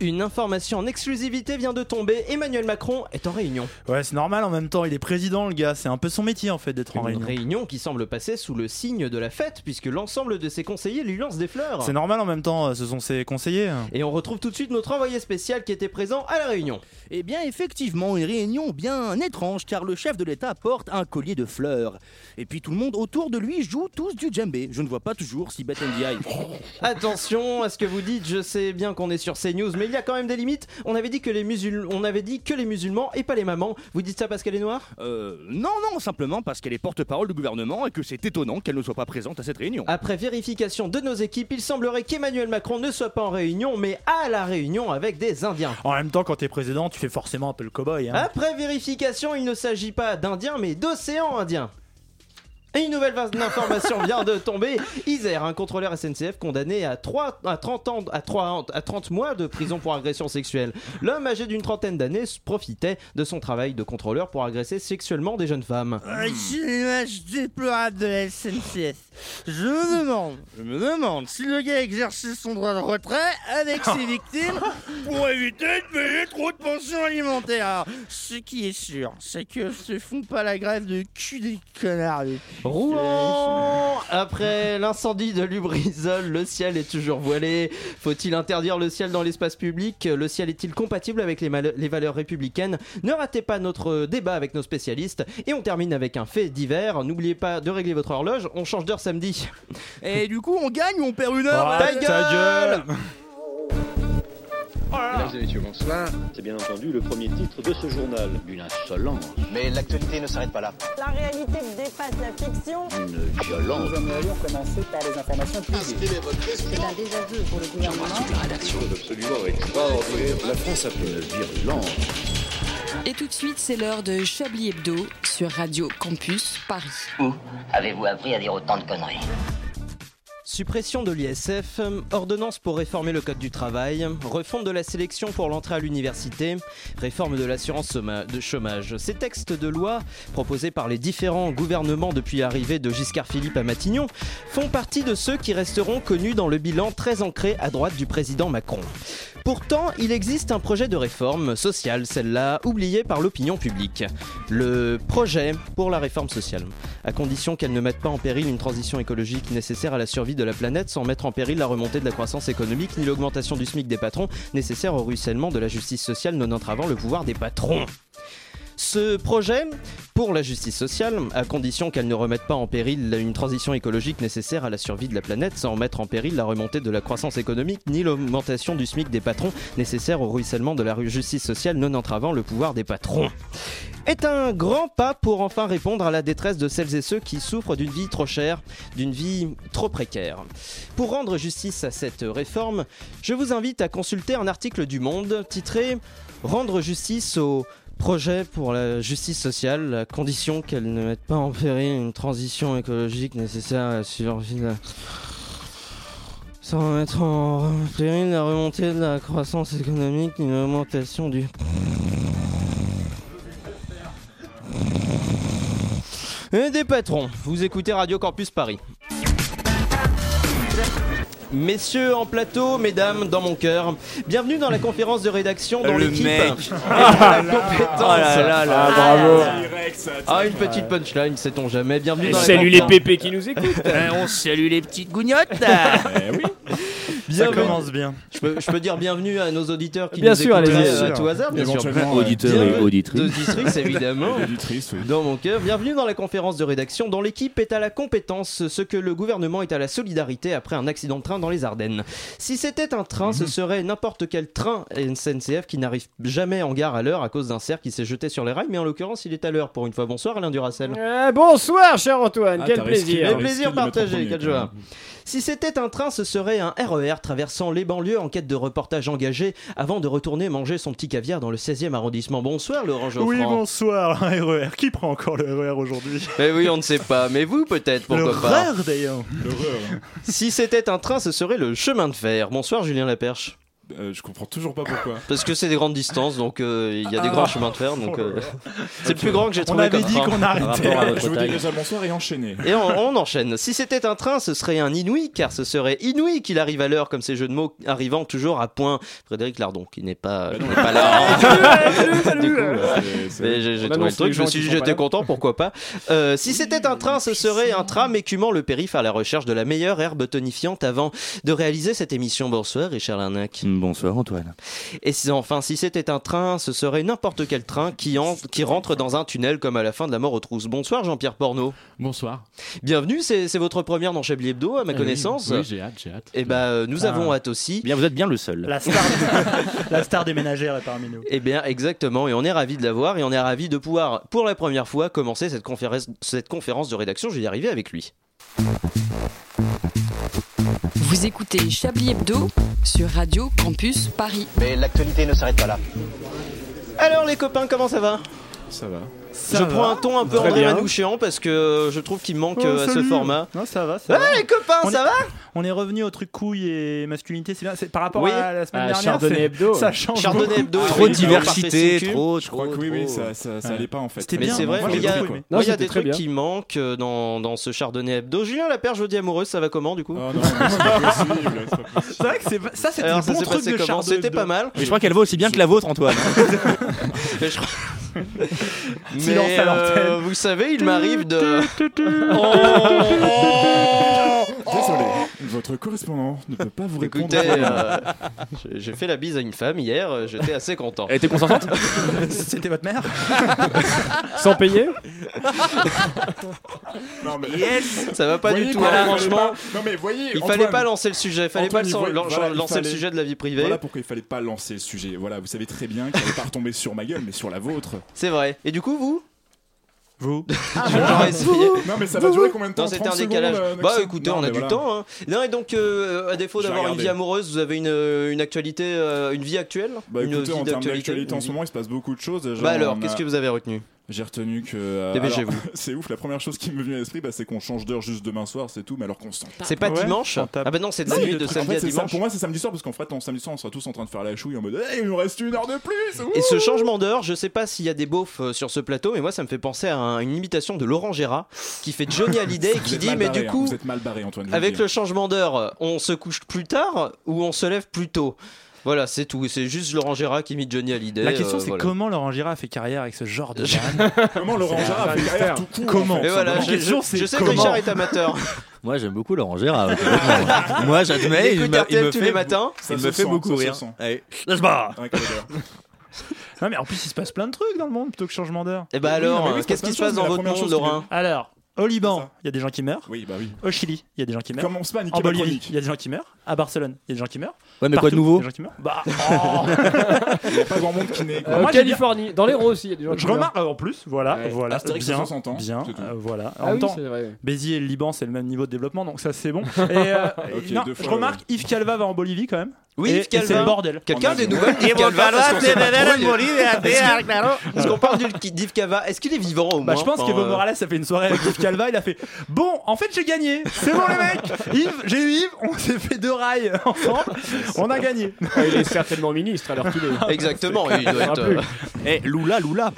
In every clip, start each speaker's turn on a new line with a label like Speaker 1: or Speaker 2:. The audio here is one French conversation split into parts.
Speaker 1: Une information en exclusivité vient de tomber, Emmanuel Macron est en réunion.
Speaker 2: Ouais, c'est normal en même temps, il est président le gars, c'est un peu son métier en fait d'être en
Speaker 1: Une
Speaker 2: réunion.
Speaker 1: réunion qui semble passer sous le signe de la fête puisque l'ensemble de ses conseillers lui lancent des fleurs.
Speaker 2: C'est normal en même temps, euh, ce sont ses conseillers. hein.
Speaker 1: Et on retrouve tout de suite notre envoyé spécial qui était présent à la réunion.
Speaker 3: Eh bien, effectivement, une réunion bien étrange car le chef de l'État porte un collier de fleurs. Et puis tout le monde autour de lui joue tous du djembé. Je ne vois pas toujours si Beth Ndiaye.
Speaker 1: Attention à ce que vous dites, je sais bien qu'on est sur CNews, mais il y a quand même des limites. On avait dit que les, musul- on avait dit que les musulmans et pas les mamans. Vous dites ça parce qu'elle est noire
Speaker 3: Euh, non, non, simplement parce qu'elle est porte-parole du gouvernement et que c'est étonnant qu'elle ne soit pas présente à cette réunion.
Speaker 1: Après vérification de nos équipes, il semblerait qu'Emmanuel Macron ne soit pas en réunion, mais à la réunion avec des Indiens.
Speaker 2: En même temps, quand t'es président, tu fais forcément un peu le cow-boy. Hein.
Speaker 1: Après vérification, il ne s'agit pas d'Indiens, mais d'océans indiens. Et une nouvelle vase d'information vient de tomber. Isère, un contrôleur SNCF condamné à, 3, à, 30 ans, à, 3, à 30 mois de prison pour agression sexuelle. L'homme âgé d'une trentaine d'années profitait de son travail de contrôleur pour agresser sexuellement des jeunes femmes.
Speaker 3: L'image déplorable de la SNCF. Je me demande, je me demande si le gars exerçait son droit de retrait avec ses victimes pour éviter de payer trop de pensions alimentaires. Alors, ce qui est sûr, c'est que se font pas la grève de cul des connards. les
Speaker 1: Rouen Après l'incendie de Lubrizol, le ciel est toujours voilé. Faut-il interdire le ciel dans l'espace public Le ciel est-il compatible avec les, male- les valeurs républicaines Ne ratez pas notre débat avec nos spécialistes. Et on termine avec un fait divers. N'oubliez pas de régler votre horloge, on change d'heure samedi.
Speaker 3: Et du coup, on gagne ou on perd une heure
Speaker 2: Ah,
Speaker 1: bah, Ta gueule
Speaker 4: Mesdames et messieurs, bonsoir.
Speaker 5: C'est bien entendu le premier titre de ce journal.
Speaker 4: Une insolence,
Speaker 6: Mais l'actualité ne s'arrête pas là.
Speaker 7: La réalité dépasse la fiction.
Speaker 4: une violence.
Speaker 7: C'est un désaveu pour le gouvernement.
Speaker 8: Et tout de suite, c'est l'heure de Chablis Hebdo sur Radio Campus Paris.
Speaker 9: Où avez-vous appris à dire autant de conneries
Speaker 1: Suppression de l'ISF, ordonnance pour réformer le code du travail, refonte de la sélection pour l'entrée à l'université, réforme de l'assurance soma- de chômage. Ces textes de loi, proposés par les différents gouvernements depuis l'arrivée de Giscard Philippe à Matignon, font partie de ceux qui resteront connus dans le bilan très ancré à droite du président Macron. Pourtant, il existe un projet de réforme sociale, celle-là oubliée par l'opinion publique. Le projet pour la réforme sociale à condition qu'elle ne mette pas en péril une transition écologique nécessaire à la survie de la planète sans mettre en péril la remontée de la croissance économique ni l'augmentation du SMIC des patrons nécessaire au ruissellement de la justice sociale non entravant le pouvoir des patrons. Ce projet, pour la justice sociale, à condition qu'elle ne remette pas en péril une transition écologique nécessaire à la survie de la planète sans mettre en péril la remontée de la croissance économique ni l'augmentation du SMIC des patrons nécessaire au ruissellement de la justice sociale non entravant le pouvoir des patrons est un grand pas pour enfin répondre à la détresse de celles et ceux qui souffrent d'une vie trop chère, d'une vie trop précaire. Pour rendre justice à cette réforme, je vous invite à consulter un article du Monde titré Rendre justice au projet pour la justice sociale, à condition qu'elle ne mette pas en péril une transition écologique nécessaire à la survie de la- Sans mettre en péril la remontée de la croissance économique ni l'augmentation du et des patrons. Vous écoutez Radio Campus Paris. Messieurs en plateau, mesdames dans mon cœur, bienvenue dans la conférence de rédaction dans l'équipe. Et dans la compétence.
Speaker 2: Ah, bravo.
Speaker 1: Ah, une petite punchline, sait-on jamais. Bienvenue dans la
Speaker 10: Salut les
Speaker 1: conférence-
Speaker 10: pépés qui nous écoutent. Eh, on salue les petites gougnottes.
Speaker 2: Ça
Speaker 1: Bienvenue-
Speaker 2: commence bien.
Speaker 1: Je peux, je peux dire bienvenue à nos auditeurs qui
Speaker 10: Bien
Speaker 1: nous
Speaker 10: sûr,
Speaker 1: écoutent
Speaker 10: allez-y.
Speaker 1: euh, à
Speaker 2: Bien
Speaker 1: tout
Speaker 2: sûr.
Speaker 1: hasard, bien sûr.
Speaker 4: Auditeurs et
Speaker 11: euh,
Speaker 1: Bienvenue.
Speaker 4: auditrices.
Speaker 1: De Districts, évidemment. Dans mon cœur, bienvenue dans la conférence de rédaction dont l'équipe est à la compétence, ce que le gouvernement est à la solidarité après un accident de train dans les Ardennes. Si c'était un train, ce serait n'importe quel train SNCF qui n'arrive jamais en gare à l'heure à cause d'un cerf qui s'est jeté sur les rails, mais en l'occurrence, il est à l'heure pour une fois. Bonsoir Alain Duracel.
Speaker 10: Euh, bonsoir, cher
Speaker 12: Ah,
Speaker 10: Antoine. Quel
Speaker 1: Le
Speaker 10: plaisir.
Speaker 1: plaisir partagé, quelle joie. Si c'était un train, ce serait un RER traversant les banlieues en quête de reportage engagé avant de retourner manger son petit caviar dans le 16e arrondissement. Bonsoir Laurent Geoffrand.
Speaker 2: Oui, bonsoir, un RER. Qui prend encore le RER aujourd'hui
Speaker 1: Mais oui, on ne sait pas, mais vous peut-être,
Speaker 2: Le
Speaker 1: pourquoi pas.
Speaker 2: RER d'ailleurs.
Speaker 1: Si c'était un train, ce serait le chemin de fer. Bonsoir Julien Laperche.
Speaker 13: euh, je comprends toujours pas pourquoi.
Speaker 1: Parce que c'est des grandes distances, donc euh, il y a des
Speaker 13: Ah.
Speaker 1: grands chemins de fer. Donc, euh, c'est le plus grand que j'ai
Speaker 13: On
Speaker 1: trouvé.
Speaker 13: avait
Speaker 1: comme
Speaker 13: dit
Speaker 1: train
Speaker 13: qu'on
Speaker 1: par
Speaker 13: arrêtait.
Speaker 1: rapport à la
Speaker 13: Je vous dis
Speaker 1: Bretagne.
Speaker 13: déjà bonsoir et enchaînez.
Speaker 1: Et on, on enchaîne. Si c'était un train, ce serait un inouï, car ce serait inouï qu'il arrive à l'heure, comme ces jeux de mots arrivant toujours à point. Frédéric Lardon, qui n'est
Speaker 13: Bah
Speaker 1: pas, qui n'est pas
Speaker 13: Ah,
Speaker 1: là. Du coup, euh, mais j'ai j'ai
Speaker 13: On
Speaker 1: trouvé le
Speaker 13: annonce
Speaker 1: truc,
Speaker 13: les
Speaker 1: je me
Speaker 13: gens
Speaker 1: suis
Speaker 13: qui
Speaker 1: dit,
Speaker 13: sont pas
Speaker 1: j'étais
Speaker 13: là.
Speaker 1: content, pourquoi pas. Euh, si c'était un train, ce serait un tram écumant le périph' à la recherche de la meilleure herbe tonifiante avant de réaliser cette émission. Bonsoir, Richard Larnac.
Speaker 2: Bonsoir Antoine.
Speaker 1: Et si- enfin, si c'était un train, ce serait n'importe quel train qui, en- qui rentre dans un tunnel comme à la fin de La Mort aux Trousses. Bonsoir Jean-Pierre Porno.
Speaker 12: Bonsoir.
Speaker 1: Bienvenue, c'est c'est votre première dans Chablis Hebdo
Speaker 10: Eh
Speaker 1: à ma connaissance.
Speaker 12: Oui, j'ai hâte, j'ai hâte.
Speaker 1: Et nous
Speaker 2: Ah.
Speaker 1: avons hâte aussi. Bien, vous êtes bien le seul.
Speaker 2: La star, la star des ménagères est parmi nous.
Speaker 1: Eh bien, exactement. Et on est ravis de l'avoir et on est ravis de pouvoir, pour la première fois, commencer cette conférence, cette conférence de rédaction. Je vais y arriver avec lui.
Speaker 8: Vous écoutez Chablis Hebdo sur Radio Campus Paris.
Speaker 6: Mais l'actualité ne s'arrête pas là.
Speaker 1: Alors, les copains, comment ça va
Speaker 13: Ça va.
Speaker 1: Je prends un ton un peu
Speaker 2: Très
Speaker 1: André
Speaker 2: bien.
Speaker 1: Manouchian parce que je trouve qu'il manque
Speaker 2: Oh,
Speaker 1: euh, à ce
Speaker 2: salut.
Speaker 1: format.
Speaker 2: Non, ça va.
Speaker 1: Ouais, les copains, ça va
Speaker 2: On est revenu au truc couille et masculinité, c'est bien. C'est par rapport
Speaker 1: Oui.
Speaker 2: à la semaine
Speaker 13: Ah,
Speaker 2: dernière.
Speaker 13: Chardonnay
Speaker 2: c'est-
Speaker 13: Hebdo.
Speaker 2: Ça change.
Speaker 1: Chardonnay
Speaker 2: beaucoup.
Speaker 1: Hebdo,
Speaker 11: Ah,
Speaker 1: Trop oui, diversité, parfait, trop,
Speaker 13: Je crois que oui, oui, ça, ça, ça
Speaker 2: Ouais.
Speaker 13: allait pas en fait.
Speaker 2: C'était
Speaker 1: Mais
Speaker 2: bien,
Speaker 1: c'est vrai,
Speaker 2: moi,
Speaker 1: mais il
Speaker 2: j'ai
Speaker 1: y a,
Speaker 2: beaucoup
Speaker 1: moi,
Speaker 2: aimé.
Speaker 1: il y a
Speaker 2: Non, c'était
Speaker 1: des
Speaker 2: très
Speaker 1: trucs
Speaker 2: bien.
Speaker 1: qui manquent euh, dans, dans ce chardonnay hebdo. Julien Laperche, jeudi amoureuse, ça va comment du coup
Speaker 13: Oh,
Speaker 2: C'est vrai que c'est pas- ça, Oh. c'était
Speaker 1: Alors,
Speaker 2: le
Speaker 1: ça
Speaker 2: bon
Speaker 1: s'est
Speaker 2: truc
Speaker 1: passé
Speaker 2: de
Speaker 1: comment
Speaker 2: Chardonnay
Speaker 1: C'était
Speaker 2: Hebdo.
Speaker 1: pas mal.
Speaker 2: Mais je crois qu'elle vaut aussi bien que la vôtre, Antoine.
Speaker 1: Mais je crois-
Speaker 2: Silence
Speaker 1: Mais,
Speaker 2: à l'antenne.
Speaker 1: euh, vous savez, il m'arrive de.
Speaker 13: Désolé, votre correspondant ne peut pas vous répondre.
Speaker 1: Oh. Écoutez, euh, j'ai- j'ai fait la bise à une femme hier, euh, j'étais assez content.
Speaker 12: Elle était consentante
Speaker 2: C'était votre mère
Speaker 12: Sans payer
Speaker 13: Non, mais...
Speaker 1: Ça va euh, pas
Speaker 13: Voyez,
Speaker 1: du tout,
Speaker 13: voilà,
Speaker 1: hein, franchement.
Speaker 13: Non mais voyez,
Speaker 1: Il
Speaker 13: Antoine-
Speaker 1: fallait pas lancer le sujet, il fallait
Speaker 13: Antoine,
Speaker 1: pas
Speaker 13: il
Speaker 1: le-
Speaker 13: voit-
Speaker 1: lancer
Speaker 13: voilà, il
Speaker 1: lancer
Speaker 13: fallait-
Speaker 1: le sujet de la vie privée.
Speaker 13: Voilà pourquoi il fallait pas lancer le sujet. Voilà, vous savez très bien qu'il n'est pas retomber sur ma gueule, mais sur la vôtre.
Speaker 1: C'est vrai. Et du coup, vous
Speaker 2: Vous
Speaker 1: J'aurais essayé.
Speaker 13: Non, mais ça va durer combien de temps
Speaker 1: Non, c'était
Speaker 13: 30
Speaker 1: un décalage.
Speaker 13: secondes, euh,
Speaker 1: bah
Speaker 13: Maxime
Speaker 1: écoutez,
Speaker 13: Non,
Speaker 1: on a
Speaker 13: mais
Speaker 1: du
Speaker 13: voilà.
Speaker 1: temps. hein. Non, et donc, euh, à défaut
Speaker 13: Je vais
Speaker 1: d'avoir une
Speaker 13: regarder.
Speaker 1: vie amoureuse, vous avez une, euh, une actualité, euh, une vie actuelle
Speaker 13: Bah
Speaker 1: Une
Speaker 13: écoutez,
Speaker 1: vie
Speaker 13: en termes
Speaker 1: d'actualité,
Speaker 13: d'actualité en
Speaker 1: une
Speaker 13: ce
Speaker 1: vie-
Speaker 13: moment, il se passe beaucoup de choses. Genre,
Speaker 1: Bah alors,
Speaker 13: on
Speaker 1: qu'est-ce
Speaker 13: a-
Speaker 1: que vous avez retenu
Speaker 13: J'ai retenu que. euh,
Speaker 1: Dépêchez-vous.
Speaker 13: alors, C'est ouf, la première chose qui me vient à l'esprit, bah, c'est qu'on change d'heure juste demain soir, c'est tout, mais alors qu'on s'en tape.
Speaker 1: C'est pas
Speaker 2: Ouais,
Speaker 1: dimanche
Speaker 2: on
Speaker 1: Ah
Speaker 2: tape.
Speaker 1: bah non, c'est de
Speaker 13: Non,
Speaker 1: la
Speaker 13: mais
Speaker 1: nuit
Speaker 13: le
Speaker 1: de
Speaker 13: truc, en
Speaker 1: samedi
Speaker 13: fait,
Speaker 1: à
Speaker 13: c'est ça.
Speaker 1: dimanche.
Speaker 13: Pour moi, c'est samedi soir parce qu'en fait, en samedi soir, on sera tous en train de faire la chouille en mode Hey, il nous reste une heure de plus ouh
Speaker 1: Et ce changement d'heure, je sais pas s'il y a des beaufs euh, sur ce plateau, mais moi ça me fait penser à un- une imitation de Laurent Gérard qui fait Johnny Hallyday et
Speaker 13: Vous
Speaker 1: qui
Speaker 13: êtes
Speaker 1: dit
Speaker 13: mal
Speaker 1: Mais
Speaker 13: barré,
Speaker 1: du
Speaker 13: hein,
Speaker 1: coup,
Speaker 13: Vous êtes mal barré, Antoine. je vous le
Speaker 1: avec
Speaker 13: dis.
Speaker 1: le changement d'heure, on se couche plus tard ou on se lève plus tôt Voilà, c'est tout. C'est juste Laurent Gérard qui imite Johnny Hallyday.
Speaker 2: La question,
Speaker 1: euh,
Speaker 2: c'est
Speaker 1: voilà.
Speaker 2: comment Laurent Girard a fait carrière avec ce genre de
Speaker 1: Je-
Speaker 2: vanne
Speaker 13: Comment Laurent Jarre a fait carrière tout court
Speaker 2: Comment
Speaker 13: en fait,
Speaker 1: Et voilà,
Speaker 13: simplement.
Speaker 1: je,
Speaker 2: La question,
Speaker 1: je-
Speaker 2: c'est
Speaker 1: je sais que
Speaker 2: comment
Speaker 1: Richard est amateur.
Speaker 11: Moi, j'aime beaucoup Laurent Gérard. complètement. Moi, j'admets,
Speaker 1: il
Speaker 11: il,
Speaker 1: écoute
Speaker 11: me- il
Speaker 1: RTL
Speaker 11: me
Speaker 1: tous
Speaker 11: fait
Speaker 1: les matins.
Speaker 13: Ça
Speaker 11: Il
Speaker 13: se
Speaker 11: me fait
Speaker 13: sent,
Speaker 11: beaucoup
Speaker 13: ça se
Speaker 11: rire.
Speaker 13: sent. Ah,
Speaker 11: Allez, lâche barre.
Speaker 13: Ouais, comme d'ailleurs.
Speaker 2: Non, mais en plus, il se passe plein de trucs dans le monde plutôt que changement d'heure.
Speaker 1: Et bah
Speaker 13: Oui, non,
Speaker 1: alors,
Speaker 13: mais oui, c'est
Speaker 1: qu'est-ce qui
Speaker 13: pas
Speaker 1: se
Speaker 13: la
Speaker 1: passe
Speaker 13: chose,
Speaker 1: dans
Speaker 13: mais la
Speaker 1: votre
Speaker 13: première
Speaker 1: monde,
Speaker 13: chose qui
Speaker 1: Laurent
Speaker 2: Alors, au
Speaker 13: C'est
Speaker 2: Liban,
Speaker 13: ça.
Speaker 2: il y a des gens qui meurent.
Speaker 13: Oui, bah oui.
Speaker 2: Au Chili, il y a des gens qui meurent.
Speaker 13: Commence pas à niquer
Speaker 2: En
Speaker 13: ma
Speaker 2: Bolivie,
Speaker 13: chronique.
Speaker 2: il y a des gens qui meurent. À Barcelone, il y a des gens qui meurent.
Speaker 11: Ouais, mais quoi
Speaker 2: Partout,
Speaker 11: de nouveau
Speaker 2: Il y a des gens qui meurent. Bah, oh.
Speaker 13: Il n'y a pas grand monde qui n'est.
Speaker 2: Euh, moi,
Speaker 10: En
Speaker 2: j'ai bien-
Speaker 10: Euh, Californie, dans l'Hérault aussi, il y a des gens qui
Speaker 2: je
Speaker 10: meurent.
Speaker 2: remarque euh, en plus, voilà,
Speaker 13: Ouais.
Speaker 2: voilà,
Speaker 13: Astérix,
Speaker 2: bien,
Speaker 13: 60 ans,
Speaker 2: bien,
Speaker 13: c'est tout.
Speaker 2: euh, voilà. En
Speaker 10: Ah
Speaker 2: même
Speaker 10: oui,
Speaker 2: temps,
Speaker 10: c'est vrai.
Speaker 2: Béziers et le Liban, c'est le même niveau de développement, donc ça c'est bon. Et, euh,
Speaker 13: Ok,
Speaker 2: non,
Speaker 13: deux fois,
Speaker 2: je remarque, Yves Calva va en Bolivie quand même.
Speaker 1: Oui,
Speaker 2: Et-
Speaker 1: Yves
Speaker 2: et C'est
Speaker 1: Calva.
Speaker 2: le bordel.
Speaker 1: Quelqu'un a des
Speaker 13: Antoine.
Speaker 1: nouvelles d'Yves Calva parce qu'on sait pas trop, il- Parce qu'on parle du- d'Yves Calva. Est-ce qu'il est vivant au moins
Speaker 2: Bah, je pense
Speaker 1: Enfin,
Speaker 2: que Evo
Speaker 1: euh,
Speaker 2: Morales a fait une soirée avec Yves Calva. Il a fait Bon, en fait, j'ai gagné. C'est bon, les mecs. Yves, j'ai eu Yves. On s'est fait deux rails ensemble. On a gagné.
Speaker 10: Ah, il est certainement ministre alors qu'il est.
Speaker 1: euh, Exactement, il doit
Speaker 10: Ça
Speaker 1: être.
Speaker 10: rappelle.
Speaker 1: euh,
Speaker 11: Eh, Lula, Lula.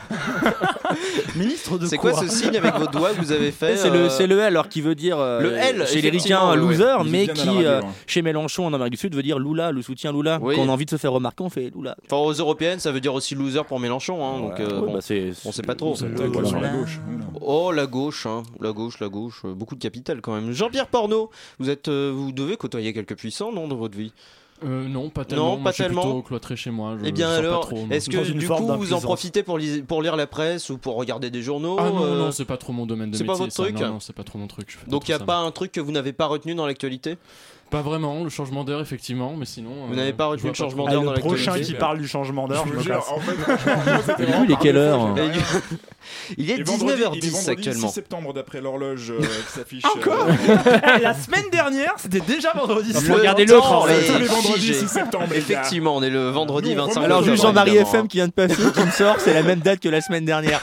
Speaker 2: Ministre de
Speaker 1: C'est quoi ce signe avec vos doigts que vous avez fait
Speaker 11: C'est
Speaker 1: euh,
Speaker 11: le, c'est le L, alors qui veut dire euh,
Speaker 1: Le L,
Speaker 11: chez les
Speaker 1: effectivement,
Speaker 11: ricains
Speaker 1: ouais, ouais.
Speaker 11: loser,
Speaker 13: Ils ont
Speaker 11: mais
Speaker 13: bien à la
Speaker 11: qui
Speaker 13: radio,
Speaker 11: euh,
Speaker 13: hein.
Speaker 11: chez Mélenchon en Amérique du Sud veut dire Lula, le soutien Lula.
Speaker 1: Oui.
Speaker 11: Quand on a envie de se faire remarquer, on fait Lula.
Speaker 1: Enfin, aux européennes, ça veut dire aussi loser pour Mélenchon. hein, donc, euh,
Speaker 11: Ouais,
Speaker 1: bon.
Speaker 11: bah, c'est-
Speaker 1: on sait pas trop.
Speaker 13: Ça
Speaker 2: Le-
Speaker 13: attaque
Speaker 2: le-
Speaker 13: sur la
Speaker 2: le-
Speaker 13: gauche. Oula.
Speaker 1: Oh, la gauche, hein, la gauche, la gauche. euh, beaucoup de capital quand même. Jean-Pierre Porno, vous êtes, euh, vous devez côtoyer quelques puissants, non, dans votre vie
Speaker 12: Euh, non, pas tellement.
Speaker 1: Non,
Speaker 12: Moi,
Speaker 1: pas
Speaker 12: je suis
Speaker 1: tellement.
Speaker 12: plutôt cloîtré chez moi. Je,
Speaker 1: Eh bien
Speaker 12: je sors pas
Speaker 1: alors,
Speaker 12: trop, non.
Speaker 1: est-ce
Speaker 2: Dans
Speaker 1: que
Speaker 2: une
Speaker 1: du
Speaker 2: forme
Speaker 1: coup vous en
Speaker 2: d'impuissance.
Speaker 1: profitez pour, lise- pour lire la presse ou pour regarder des journaux
Speaker 12: Ah non,
Speaker 1: euh,
Speaker 12: non, c'est pas trop mon domaine de
Speaker 1: c'est
Speaker 12: métier.
Speaker 1: pas votre
Speaker 12: ça.
Speaker 1: truc
Speaker 12: Non, non, c'est pas trop mon truc. Je fais
Speaker 1: Donc il
Speaker 12: trop
Speaker 1: n'y a
Speaker 12: ça,
Speaker 1: pas un truc que vous n'avez pas retenu dans l'actualité
Speaker 12: moi. Pas vraiment, le changement d'heure, effectivement, mais sinon.
Speaker 1: Vous
Speaker 12: euh,
Speaker 1: n'avez pas
Speaker 12: je
Speaker 1: retenu
Speaker 12: vois
Speaker 1: le changement
Speaker 2: Ah,
Speaker 1: d'heure dans
Speaker 2: le prochain
Speaker 1: l'actualité
Speaker 2: qui parle du changement d'heure,
Speaker 13: Je
Speaker 2: je
Speaker 13: vous
Speaker 2: me
Speaker 13: jure,
Speaker 2: casse.
Speaker 13: en fait, franchement, moi, c'était
Speaker 11: Et lui,
Speaker 13: vraiment
Speaker 11: il est
Speaker 13: par
Speaker 11: quelle
Speaker 13: défaut,
Speaker 11: heure hein.
Speaker 13: j'avais rien.
Speaker 1: Il est
Speaker 13: Et vendredi- il est
Speaker 1: 19h10
Speaker 13: vendredi
Speaker 1: actuellement.
Speaker 13: 6 septembre d'après l'horloge euh, qui s'affiche.
Speaker 2: Encore
Speaker 13: euh,
Speaker 2: Eh, La semaine dernière, c'était déjà vendredi.
Speaker 1: Le
Speaker 2: soir.
Speaker 1: regardez-le,
Speaker 2: temps,
Speaker 1: Franck.
Speaker 2: mais-
Speaker 13: tous les
Speaker 1: Et
Speaker 13: vendredis
Speaker 1: figé.
Speaker 13: 6 septembre. les gars.
Speaker 1: Effectivement, on est le vendredi
Speaker 13: Nous, on
Speaker 1: 25
Speaker 13: remet
Speaker 11: Alors,
Speaker 13: Alors,
Speaker 11: juste
Speaker 13: juste
Speaker 1: octobre,
Speaker 11: Jean-Marie
Speaker 1: évidemment,
Speaker 11: FM
Speaker 1: hein.
Speaker 11: qui vient de passer, qui me sort, c'est la même date que la semaine dernière.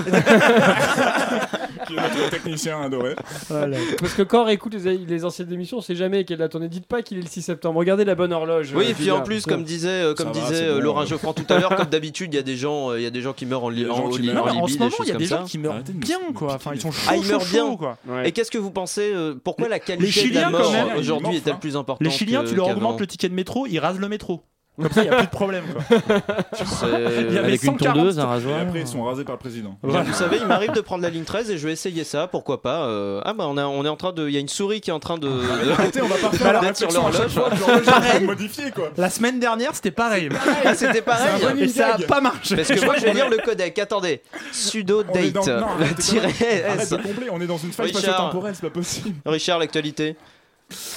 Speaker 13: qui est notre technicien adoré.
Speaker 10: Voilà. Parce que quand on réécoute les, les anciennes émissions, c'est jamais qu'elle a tourné. Dites pas qu'il est le 6 septembre. Regardez la bonne horloge.
Speaker 1: Oui,
Speaker 10: euh,
Speaker 1: et puis
Speaker 10: Julia.
Speaker 1: en plus, comme disait, euh, comme
Speaker 10: Ça va,
Speaker 1: disait
Speaker 10: c'est
Speaker 1: euh,
Speaker 10: bon,
Speaker 1: Laurent
Speaker 10: euh.
Speaker 1: Geoffrand tout à l'heure, comme d'habitude, il y a des gens, euh, il y a des gens qui meurent en, li-
Speaker 2: des
Speaker 1: en-
Speaker 2: gens qui
Speaker 1: en
Speaker 2: meurent.
Speaker 1: Libye,
Speaker 2: En ce
Speaker 1: des
Speaker 2: moment,
Speaker 1: choses
Speaker 2: il y a
Speaker 1: comme
Speaker 2: des
Speaker 1: ça.
Speaker 2: gens qui meurent Arrêtez de bien, nous quoi. Enfin, ils sont chauds,
Speaker 1: Ah, ils
Speaker 2: chauds,
Speaker 1: meurent
Speaker 2: chauds,
Speaker 1: bien.
Speaker 2: quoi.
Speaker 1: Et qu'est-ce que vous pensez euh, Pourquoi la qualité
Speaker 2: les Chiliens,
Speaker 1: de la mort
Speaker 2: quand même,
Speaker 1: aujourd'hui est-elle plus importante
Speaker 2: Les Chiliens,
Speaker 1: que-
Speaker 2: tu leur
Speaker 1: qu'avant
Speaker 2: augmentes le ticket de métro, ils rasent le métro. Comme ça, il n'y a plus de problème. Quoi. Il y avait 140
Speaker 11: hein,
Speaker 13: Et après, ils sont rasés par le président.
Speaker 1: Voilà, Vous savez, il m'arrive de prendre la ligne 13 et je vais essayer ça, pourquoi pas. euh, ah bah on, a- on est en train de... Il y a une souris qui est en train de... de-
Speaker 2: Arrêtez, on va pas
Speaker 1: d'être
Speaker 2: faire la
Speaker 1: sur
Speaker 2: réflexion à
Speaker 1: l'horloge.
Speaker 2: chaque fois que l'horloge est
Speaker 1: Pareil.
Speaker 13: modifié, quoi.
Speaker 2: La semaine dernière, c'était pareil.
Speaker 1: Ah, c'était pareil
Speaker 2: C'est un Et ça a pas marché.
Speaker 1: Parce que moi je vais lire le codec, attendez. Sudo
Speaker 13: On est
Speaker 1: date euh,
Speaker 13: dans- non, arrête,
Speaker 1: tiré
Speaker 13: arrête
Speaker 1: S.
Speaker 13: de combler, on est dans une phase
Speaker 1: Richard.
Speaker 13: spatio-temporelle, c'est pas possible.
Speaker 1: Richard, l'actualité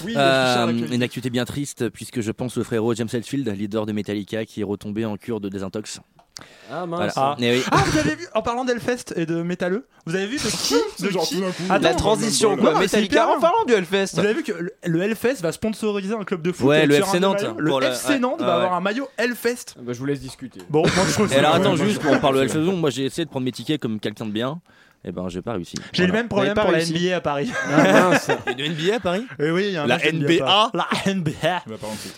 Speaker 13: Oui,
Speaker 11: Euh,
Speaker 13: Richard, l'actualité.
Speaker 11: une actualité bien triste puisque je pense au frérot James Hetfield, leader de Metallica, qui est retombé en cure de désintox.
Speaker 10: Ah
Speaker 11: Voilà.
Speaker 10: mince.
Speaker 11: Eh oui.
Speaker 2: Ah, vous avez vu, en parlant d'Elfest et de Métalleux, vous avez vu de qui, de
Speaker 13: genre
Speaker 2: qui
Speaker 13: tout d'un coup.
Speaker 2: Attends,
Speaker 1: La transition,
Speaker 2: non,
Speaker 1: quoi.
Speaker 2: mais c'est
Speaker 1: Metallica,
Speaker 2: hyper
Speaker 1: en
Speaker 2: bien.
Speaker 1: parlant du Hellfest.
Speaker 2: Vous avez vu que le, le Hellfest va sponsoriser un club de foot
Speaker 11: Ouais,
Speaker 2: avec
Speaker 11: le
Speaker 2: sur
Speaker 11: FC
Speaker 2: un
Speaker 11: Nantes,
Speaker 2: maillot. Le
Speaker 11: pour le-
Speaker 2: FC
Speaker 11: ouais,
Speaker 2: Nantes
Speaker 11: ouais.
Speaker 2: va avoir un maillot Hellfest.
Speaker 10: Bah, je vous laisse discuter.
Speaker 2: Bon, moi je trouve
Speaker 11: Et
Speaker 2: ça-
Speaker 11: alors attends,
Speaker 2: ouais,
Speaker 11: juste,
Speaker 2: moi,
Speaker 11: on parle de la saison. Moi j'ai essayé de prendre mes tickets comme quelqu'un de bien. Et ben j'ai pas réussi.
Speaker 2: J'ai le
Speaker 11: Voilà.
Speaker 2: même problème
Speaker 11: Vous avez
Speaker 2: pour
Speaker 11: pas
Speaker 2: la
Speaker 11: réussi
Speaker 2: NBA à Paris.
Speaker 11: Ah, Une NBA à Paris
Speaker 2: Eh oui, il y a un
Speaker 11: La
Speaker 2: match de NBA
Speaker 11: NBA.
Speaker 2: à Paris. La NBA.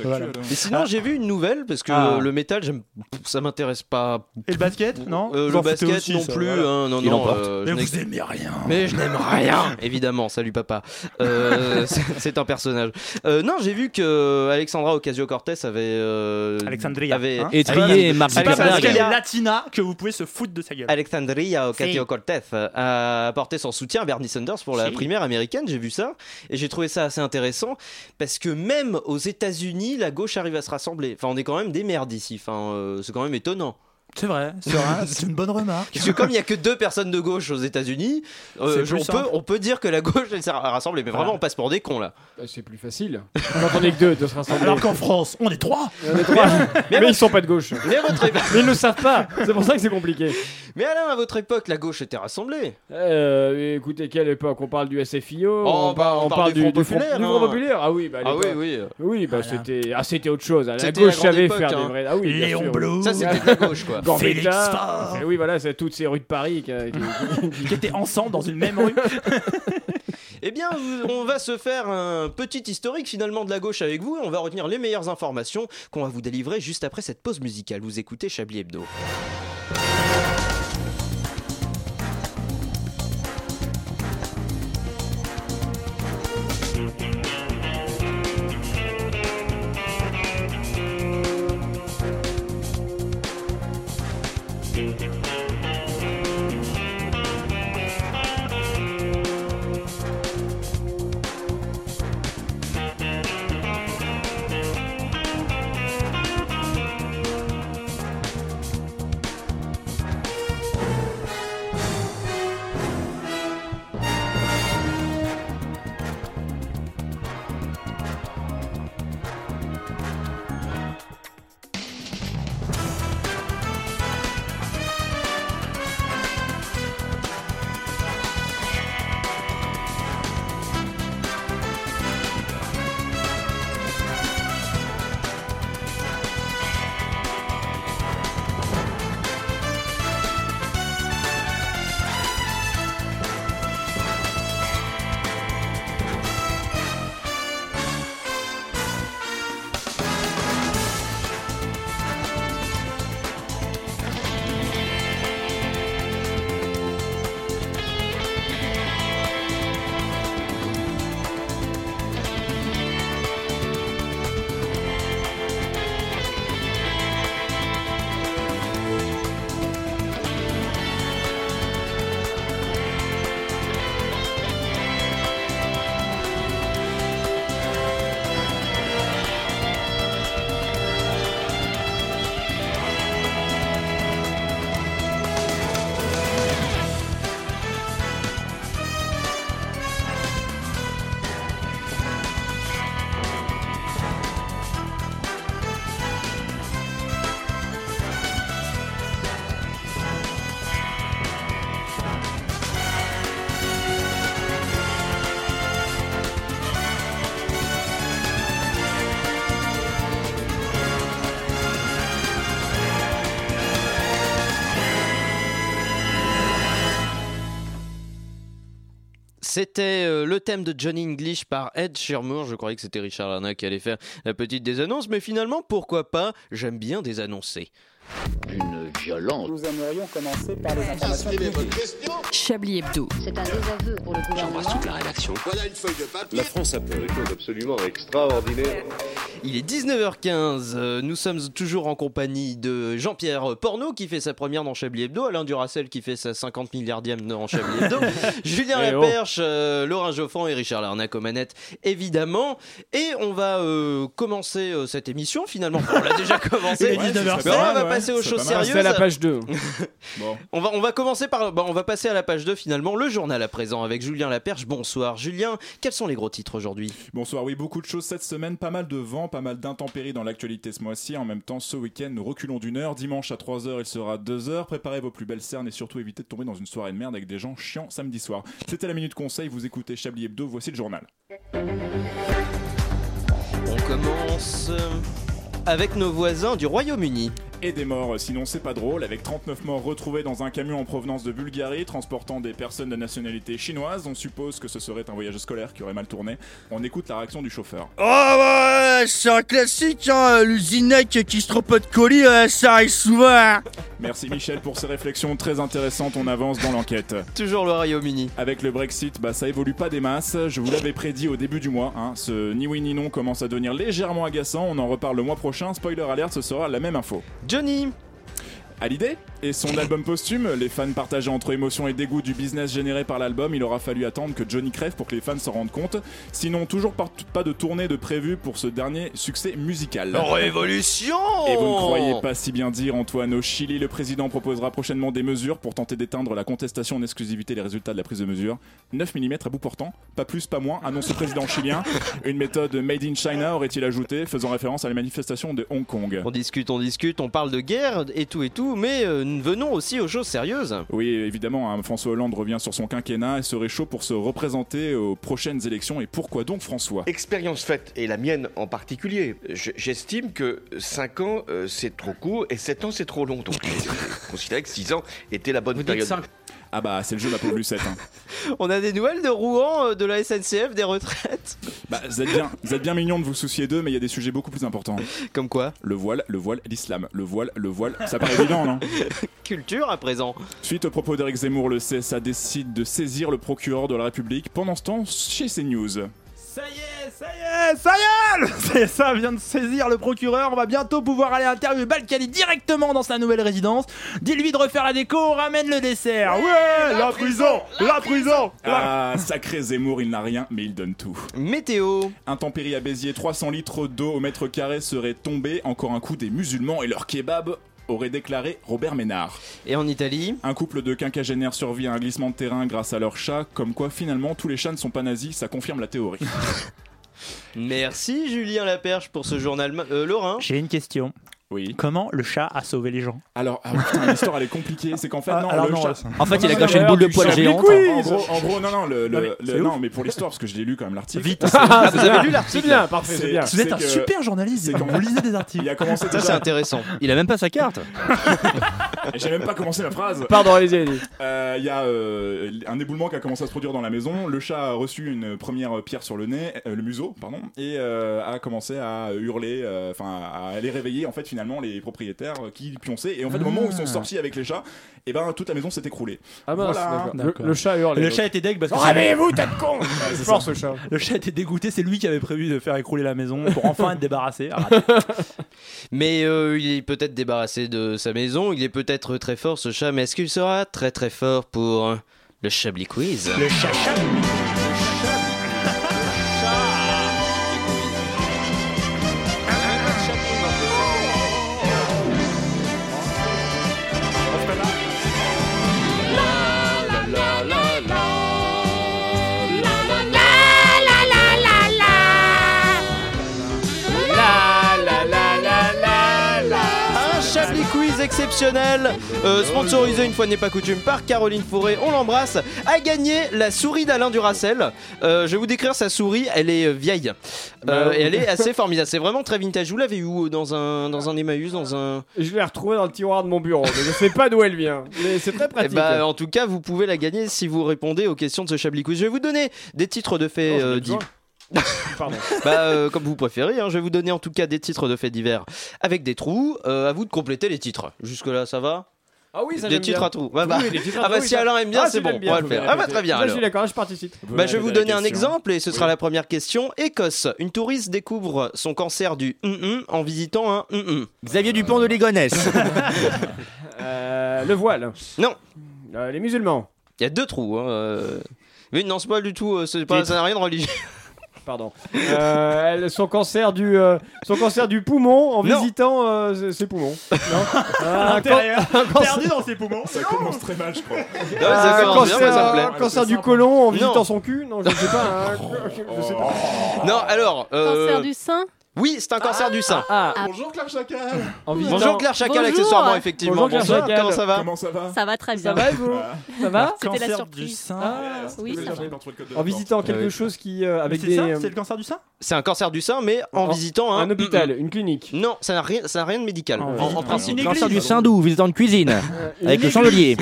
Speaker 2: Voilà.
Speaker 13: hein.
Speaker 1: Mais sinon, j'ai vu une nouvelle parce que
Speaker 2: Ah.
Speaker 1: euh, le métal, j'aime- ça m'intéresse pas.
Speaker 2: Et le basket, non
Speaker 1: Euh,
Speaker 2: Vous en
Speaker 1: le
Speaker 2: foutez
Speaker 1: basket
Speaker 2: aussi,
Speaker 1: non
Speaker 2: ça,
Speaker 1: plus.
Speaker 2: voilà.
Speaker 1: hein, non,
Speaker 11: Il
Speaker 1: non,
Speaker 11: emporte.
Speaker 1: euh,
Speaker 2: Mais
Speaker 1: je
Speaker 2: vous
Speaker 1: n'ai-
Speaker 2: aimez rien.
Speaker 1: Mais je n'aime rien. Évidemment, salut papa. Euh, c'est- c'est un personnage. Euh, non, j'ai vu que Alexandra Ocasio-Cortez avait. euh,
Speaker 2: Alexandria.
Speaker 1: avait
Speaker 2: hein.
Speaker 11: Étrier et Mark
Speaker 2: C'est pas parce
Speaker 1: Zuckerberg.
Speaker 2: qu'elle est latina que vous pouvez se foutre de sa gueule.
Speaker 1: Alexandria Ocasio-Cortez euh, a apporté son soutien à Bernie Sanders pour la
Speaker 2: Si.
Speaker 1: primaire américaine, j'ai vu ça, et j'ai trouvé ça assez intéressant, parce que même aux États-Unis, la gauche arrive à se rassembler. Enfin, on est quand même des merdes ici, enfin, euh, c'est quand même étonnant.
Speaker 2: C'est vrai, c'est vrai, c'est une bonne remarque.
Speaker 1: Parce que comme il n'y a que deux personnes de gauche aux États-Unis, euh,
Speaker 2: C'est plus
Speaker 1: on, peut,
Speaker 2: simple.
Speaker 1: on peut dire que la gauche elle sert à rassembler, mais
Speaker 10: Voilà.
Speaker 1: vraiment on passe pour des cons là.
Speaker 12: Ah,
Speaker 10: Bah, c'est plus facile. Quand on est que deux de se rassembler.
Speaker 2: Alors qu'en France, on est trois.
Speaker 10: Il y en a trois. mais, ils sont pas de gauche.
Speaker 1: Mais à votre, épo-
Speaker 10: Mais ils le savent pas. C'est pour ça que c'est compliqué.
Speaker 1: mais Alain, à votre époque, la gauche était rassemblée.
Speaker 10: Euh, écoutez, quelle époque On parle du SFIO,
Speaker 1: Oh,
Speaker 10: on, par-
Speaker 1: on
Speaker 10: on
Speaker 1: parle
Speaker 10: parle
Speaker 1: du
Speaker 10: du,
Speaker 1: Front
Speaker 10: du Front-
Speaker 1: Populaire,
Speaker 10: du
Speaker 1: hein.
Speaker 10: Front Populaire. Ah oui, bah, à
Speaker 1: Ah oui,
Speaker 10: l'époque-
Speaker 1: oui.
Speaker 10: Oui, bah c'était ah, c'était autre chose. hein. La
Speaker 1: C'était
Speaker 10: gauche
Speaker 1: la grande
Speaker 10: savait
Speaker 1: époque,
Speaker 10: faire
Speaker 1: hein.
Speaker 10: des vrais. Ah oui, bien
Speaker 2: Léon
Speaker 10: sûr.
Speaker 2: Bleu,
Speaker 1: Ça c'était de la gauche quoi.
Speaker 2: Félix
Speaker 10: Gambetta.
Speaker 2: Faure.
Speaker 10: Et oui, voilà, c'est toutes ces rues de Paris. qui- qui- qui-
Speaker 2: qui étaient ensemble dans une même rue.
Speaker 1: Eh bien, vous- on va se faire un petit historique finalement de la gauche avec vous et on va retenir les meilleures informations qu'on va vous délivrer juste après cette pause musicale. Vous écoutez Chablis Hebdo. C'était euh, le thème de Johnny English par Ed Sheeran. Je croyais que c'était Richard Larnac qui allait faire la petite des annonces, mais finalement, pourquoi pas J'aime bien des annoncer. Une violence.
Speaker 14: Nous aimerions commencer par les informations
Speaker 8: Chablis Hebdo.
Speaker 7: C'est un désaveu pour le gouvernement.
Speaker 9: la rédaction.
Speaker 4: Voilà une feuille de papier.
Speaker 5: La France a fait des choses absolument extraordinaires.
Speaker 1: Il est 19h15, euh, nous sommes toujours en compagnie de Jean-Pierre euh, Porno qui fait sa première dans Chablis Hebdo, Alain Duracel qui fait sa 50 milliardième dans Chablis Hebdo, Julien
Speaker 10: Eh oh.
Speaker 1: Laperche, euh, Laurent Joffran et Richard Larnac aux manettes évidemment. Et on va euh, commencer euh, cette émission finalement, on l'a déjà commencé,
Speaker 10: Il est 19h15,
Speaker 1: Mais on va
Speaker 10: ouais.
Speaker 1: passer aux
Speaker 10: C'est
Speaker 1: choses
Speaker 10: pas mal.
Speaker 1: sérieuses.
Speaker 10: C'est à la page 2.
Speaker 1: On va, on va commencer par. bah, on va passer à la page 2 finalement, le journal à présent avec Julien Laperche. Bonsoir Julien, quels sont les gros titres aujourd'hui
Speaker 13: Bonsoir, oui, beaucoup de choses cette semaine, pas mal de vent, pas mal d'intempéries dans l'actualité ce mois-ci. En même temps, ce week-end, nous reculons d'une heure. Dimanche à 3h, il sera 2h. Préparez vos plus belles cernes et surtout évitez de tomber dans une soirée de merde avec des gens chiants samedi soir. C'était la Minute Conseil, vous écoutez Chablis Hebdo, voici le journal.
Speaker 1: On commence euh, avec nos voisins du Royaume-Uni.
Speaker 13: Et des morts, sinon c'est pas drôle, avec 39 morts retrouvés dans un camion en provenance de Bulgarie transportant des personnes de nationalité chinoise. On suppose que ce serait un voyage scolaire qui aurait mal tourné. On écoute la réaction du chauffeur.
Speaker 3: Oh bah, ouais, c'est un classique, hein, euh, l'usinec qui se trompe pas de colis, euh, ça arrive souvent. hein.
Speaker 13: Merci Michel pour ces réflexions très intéressantes, on avance dans l'enquête.
Speaker 1: Toujours le Royaume-Uni.
Speaker 13: Avec le Brexit, bah, ça évolue pas des masses, je vous l'avais prédit au début du mois, hein. ce ni oui ni non commence à devenir légèrement agaçant, on en reparle le mois prochain, spoiler alerte, ce sera la même info.
Speaker 1: Johnny
Speaker 13: Hallyday et son album posthume, les fans partagés entre émotion et dégoût du business généré par l'album, il aura fallu attendre que Johnny crève pour que les fans s'en rendent compte, sinon toujours par- pas de tournée de prévu pour ce dernier succès musical.
Speaker 1: Révolution
Speaker 13: Et vous
Speaker 11: Oh.
Speaker 13: ne croyez pas si bien dire, Antoine, au Chili, le président proposera prochainement des mesures pour tenter d'éteindre la contestation en exclusivité des résultats de la prise de mesure. 9 mm à bout portant, pas plus, pas moins, annonce le président chilien. Une méthode made in China, aurait-il ajouté, faisant référence à la manifestation de Hong Kong.
Speaker 1: On discute, on discute, on parle de guerre et tout et tout, mais euh, nous venons aussi aux choses sérieuses.
Speaker 13: Oui, évidemment, hein, François Hollande revient sur son quinquennat et serait chaud pour se représenter aux prochaines élections. Et pourquoi donc François
Speaker 15: Expérience faite, et la mienne en particulier, je- j'estime que 5 ans euh, c'est trop court et 7 ans c'est trop long. Donc j'ai j'ai considéré que 6 ans était la bonne période.
Speaker 13: Ah bah c'est le jeu de la pauvre Lucette. hein.
Speaker 1: On a des nouvelles de Rouen, euh, de la SNCF, des retraites.
Speaker 13: Bah, vous êtes bien, vous êtes bien mignon de vous soucier d'eux, mais il y a des sujets beaucoup plus importants.
Speaker 1: Comme quoi
Speaker 13: Le voile, le voile, l'islam, le voile, le voile. Ça paraît évident, non
Speaker 1: Culture à présent.
Speaker 13: Suite au propos d'Éric Zemmour, le CSA décide de saisir le procureur de la République. Pendant ce temps, chez CNews.
Speaker 2: Ça y est, ça y est, ça y est le CSA vient de saisir le procureur. On va bientôt pouvoir aller interviewer Balkany directement dans sa nouvelle résidence. Dis-lui de refaire la déco, on ramène le dessert. Ouais, la, prison, la prison,
Speaker 13: Ah, sacré Zemmour, il n'a rien, mais il donne tout.
Speaker 1: Météo
Speaker 13: Intempérie à Béziers, 300 litres d'eau au mètre carré serait tombée. Encore un coup des musulmans et leur kebab aurait déclaré Robert Ménard.
Speaker 1: Et en Italie
Speaker 13: Un couple de quinquagénaires survit à un glissement de terrain grâce à leur chat, comme quoi finalement tous les chats ne sont pas nazis, ça confirme la théorie.
Speaker 1: Merci Julien Laperche pour ce journal. ma- Euh, Laurent
Speaker 2: J'ai une question.
Speaker 13: Oui.
Speaker 2: Comment le chat a sauvé les gens
Speaker 13: Alors, ah, putain, l'histoire elle est compliquée, c'est qu'en fait,
Speaker 2: Ah,
Speaker 13: non,
Speaker 2: alors
Speaker 13: le
Speaker 2: non,
Speaker 13: chat-
Speaker 2: ça-
Speaker 11: En fait,
Speaker 13: Non,
Speaker 11: il a
Speaker 13: non,
Speaker 11: caché
Speaker 13: non,
Speaker 11: une boule de
Speaker 13: du
Speaker 11: poil
Speaker 13: chat-
Speaker 11: géante. hein.
Speaker 13: En gros, en gros, non, non, le, le-
Speaker 2: Ah ouais,
Speaker 13: le-
Speaker 2: c'est
Speaker 13: non
Speaker 2: ouf.
Speaker 13: mais pour l'histoire, parce que je l'ai lu quand même l'article.
Speaker 2: Vite. Ah,
Speaker 1: vous avez lu l'article.
Speaker 10: C'est bien, parfait, c'est bien.
Speaker 2: Vous êtes
Speaker 13: c'est
Speaker 2: un
Speaker 13: que-
Speaker 2: super journaliste,
Speaker 13: c'est quand-
Speaker 2: vous lisez des articles.
Speaker 13: Il a commencé
Speaker 1: Ça
Speaker 13: déjà.
Speaker 1: c'est intéressant.
Speaker 11: Il a même pas sa carte.
Speaker 13: Et J'ai même pas commencé ma phrase.
Speaker 10: Pardon, allez-y, allez-y.
Speaker 13: Euh, Il y a euh, un éboulement qui a commencé à se produire dans la maison. Le chat a reçu une première pierre sur le nez, euh, le museau, pardon, et euh, a commencé à hurler, euh, enfin à aller réveiller en fait finalement les propriétaires qui pionçaient. Et en fait, au moment où ils sont sortis avec les chats, et ben toute la maison s'est écroulée.
Speaker 10: Ah mince,
Speaker 13: Voilà.
Speaker 10: d'accord. Le-
Speaker 2: D'accord.
Speaker 10: Le, chat hurle.
Speaker 2: Le chat était deg parce que
Speaker 13: Réveillez-vous, tête de con
Speaker 10: est fort, ce chat.
Speaker 2: le chat était dégoûté, c'est lui qui avait prévu de faire écrouler la maison pour enfin être débarrassé. Ah, raté.
Speaker 1: Mais euh, il est peut-être débarrassé de sa maison, il est peut-être très fort ce chat, mais est-ce qu'il sera très très fort pour euh, le Chablis Quiz
Speaker 2: le chat chat.
Speaker 1: Un Chablis Quiz exceptionnel, euh, sponsorisé une fois n'est pas coutume par Caroline Fourré, on l'embrasse, a gagné la souris d'Alain Duracel. Euh, je vais vous décrire sa souris, elle est euh, vieille. Euh,
Speaker 10: Bah,
Speaker 1: et elle est
Speaker 10: oui.
Speaker 1: assez formidable, c'est vraiment très vintage. Vous l'avez eu dans un, dans un Emmaüs, dans un...
Speaker 10: Je l'ai retrouvée dans le tiroir de mon bureau. mais je sais pas d'où elle vient. Mais c'est très
Speaker 1: Eh
Speaker 10: pratique.
Speaker 1: ben, en tout cas, vous pouvez la gagner si vous répondez aux questions de ce Chablis Quiz. Je vais vous donner des titres de faits euh,
Speaker 10: besoin.
Speaker 1: div- bah, euh, comme vous préférez, hein. je vais vous donner en tout cas des titres de faits divers avec des trous. Euh, à vous de compléter les titres. Jusque-là, ça va
Speaker 10: Ah oui, ça
Speaker 1: Des
Speaker 10: j'aime
Speaker 1: titres
Speaker 10: bien.
Speaker 1: à trous. Ouais, bah.
Speaker 10: Oui, les titres à
Speaker 1: Ah bah,
Speaker 10: trous,
Speaker 1: si
Speaker 10: ça-
Speaker 1: Alain aime bien,
Speaker 10: Ah,
Speaker 1: c'est
Speaker 10: si,
Speaker 1: bon,
Speaker 10: j'aime bien,
Speaker 1: on va le
Speaker 10: faut
Speaker 1: faire.
Speaker 10: bien
Speaker 1: Ah bah,
Speaker 10: répéter.
Speaker 1: très bien,
Speaker 10: Là, je suis
Speaker 1: alors.
Speaker 10: d'accord, je participe.
Speaker 1: Bah, je vais vous donner un exemple et ce sera la première question. Écosse, une touriste découvre son cancer du hum-hum en visitant un hum-hum.
Speaker 11: Xavier Dupont de Ligonnès.
Speaker 10: Euh, le voile. Euh,
Speaker 1: Non.
Speaker 10: les musulmans.
Speaker 1: Il y a deux trous. hein, euh. Mais non, c'est pas du tout. euh, c'est pas,
Speaker 10: Titre.
Speaker 1: ça n'a rien de religieux.
Speaker 10: Pardon. Euh, elle- son, cancer du, euh, son cancer du poumon en
Speaker 1: Non.
Speaker 10: visitant euh, ses- ses poumons. Non Ah, un
Speaker 2: Intérieur.
Speaker 10: can- un cancer-
Speaker 2: Perdu dans ses poumons. Ça commence très mal, je crois.
Speaker 10: Ah,
Speaker 1: ça commence bien,
Speaker 10: cancer,
Speaker 1: mais ça me plaît.
Speaker 10: un cancer du côlon en
Speaker 1: Non. Oh.
Speaker 10: visitant son cul Non, je ne sais pas. hein. Je sais pas.
Speaker 13: Oh.
Speaker 1: Non, alors. euh,
Speaker 16: Cancer du Ah, sein
Speaker 1: Oui, c'est un cancer du sein.
Speaker 13: Bonjour Claire Chacal.
Speaker 10: Ah, En
Speaker 1: visitant- Bonjour, Claire Chacal, Bonjour. accessoirement, effectivement. Bonjour, Claire Bonjour, Chacal. comment ça va
Speaker 13: Comment ça va
Speaker 16: Ça va très bien.
Speaker 10: Ça va, vous Ça va
Speaker 16: C'était la
Speaker 2: Cancer
Speaker 16: surprise.
Speaker 2: du sein.
Speaker 10: Ah,
Speaker 16: oui, ça va.
Speaker 10: En visitant quelque
Speaker 1: Oui.
Speaker 10: chose qui. euh, avec
Speaker 2: c'est
Speaker 10: des,
Speaker 2: ça
Speaker 10: euh,
Speaker 2: C'est le cancer du sein
Speaker 1: C'est un cancer du sein, mais en
Speaker 10: En-
Speaker 1: visitant un,
Speaker 10: un hôpital,
Speaker 1: Mm-mm.
Speaker 10: une clinique.
Speaker 1: Non, ça n'a rien, ça n'a rien de médical. en, en
Speaker 2: visitant
Speaker 1: principe,
Speaker 2: une
Speaker 11: Cancer du sein doux, visitant de cuisine. Avec le chandelier.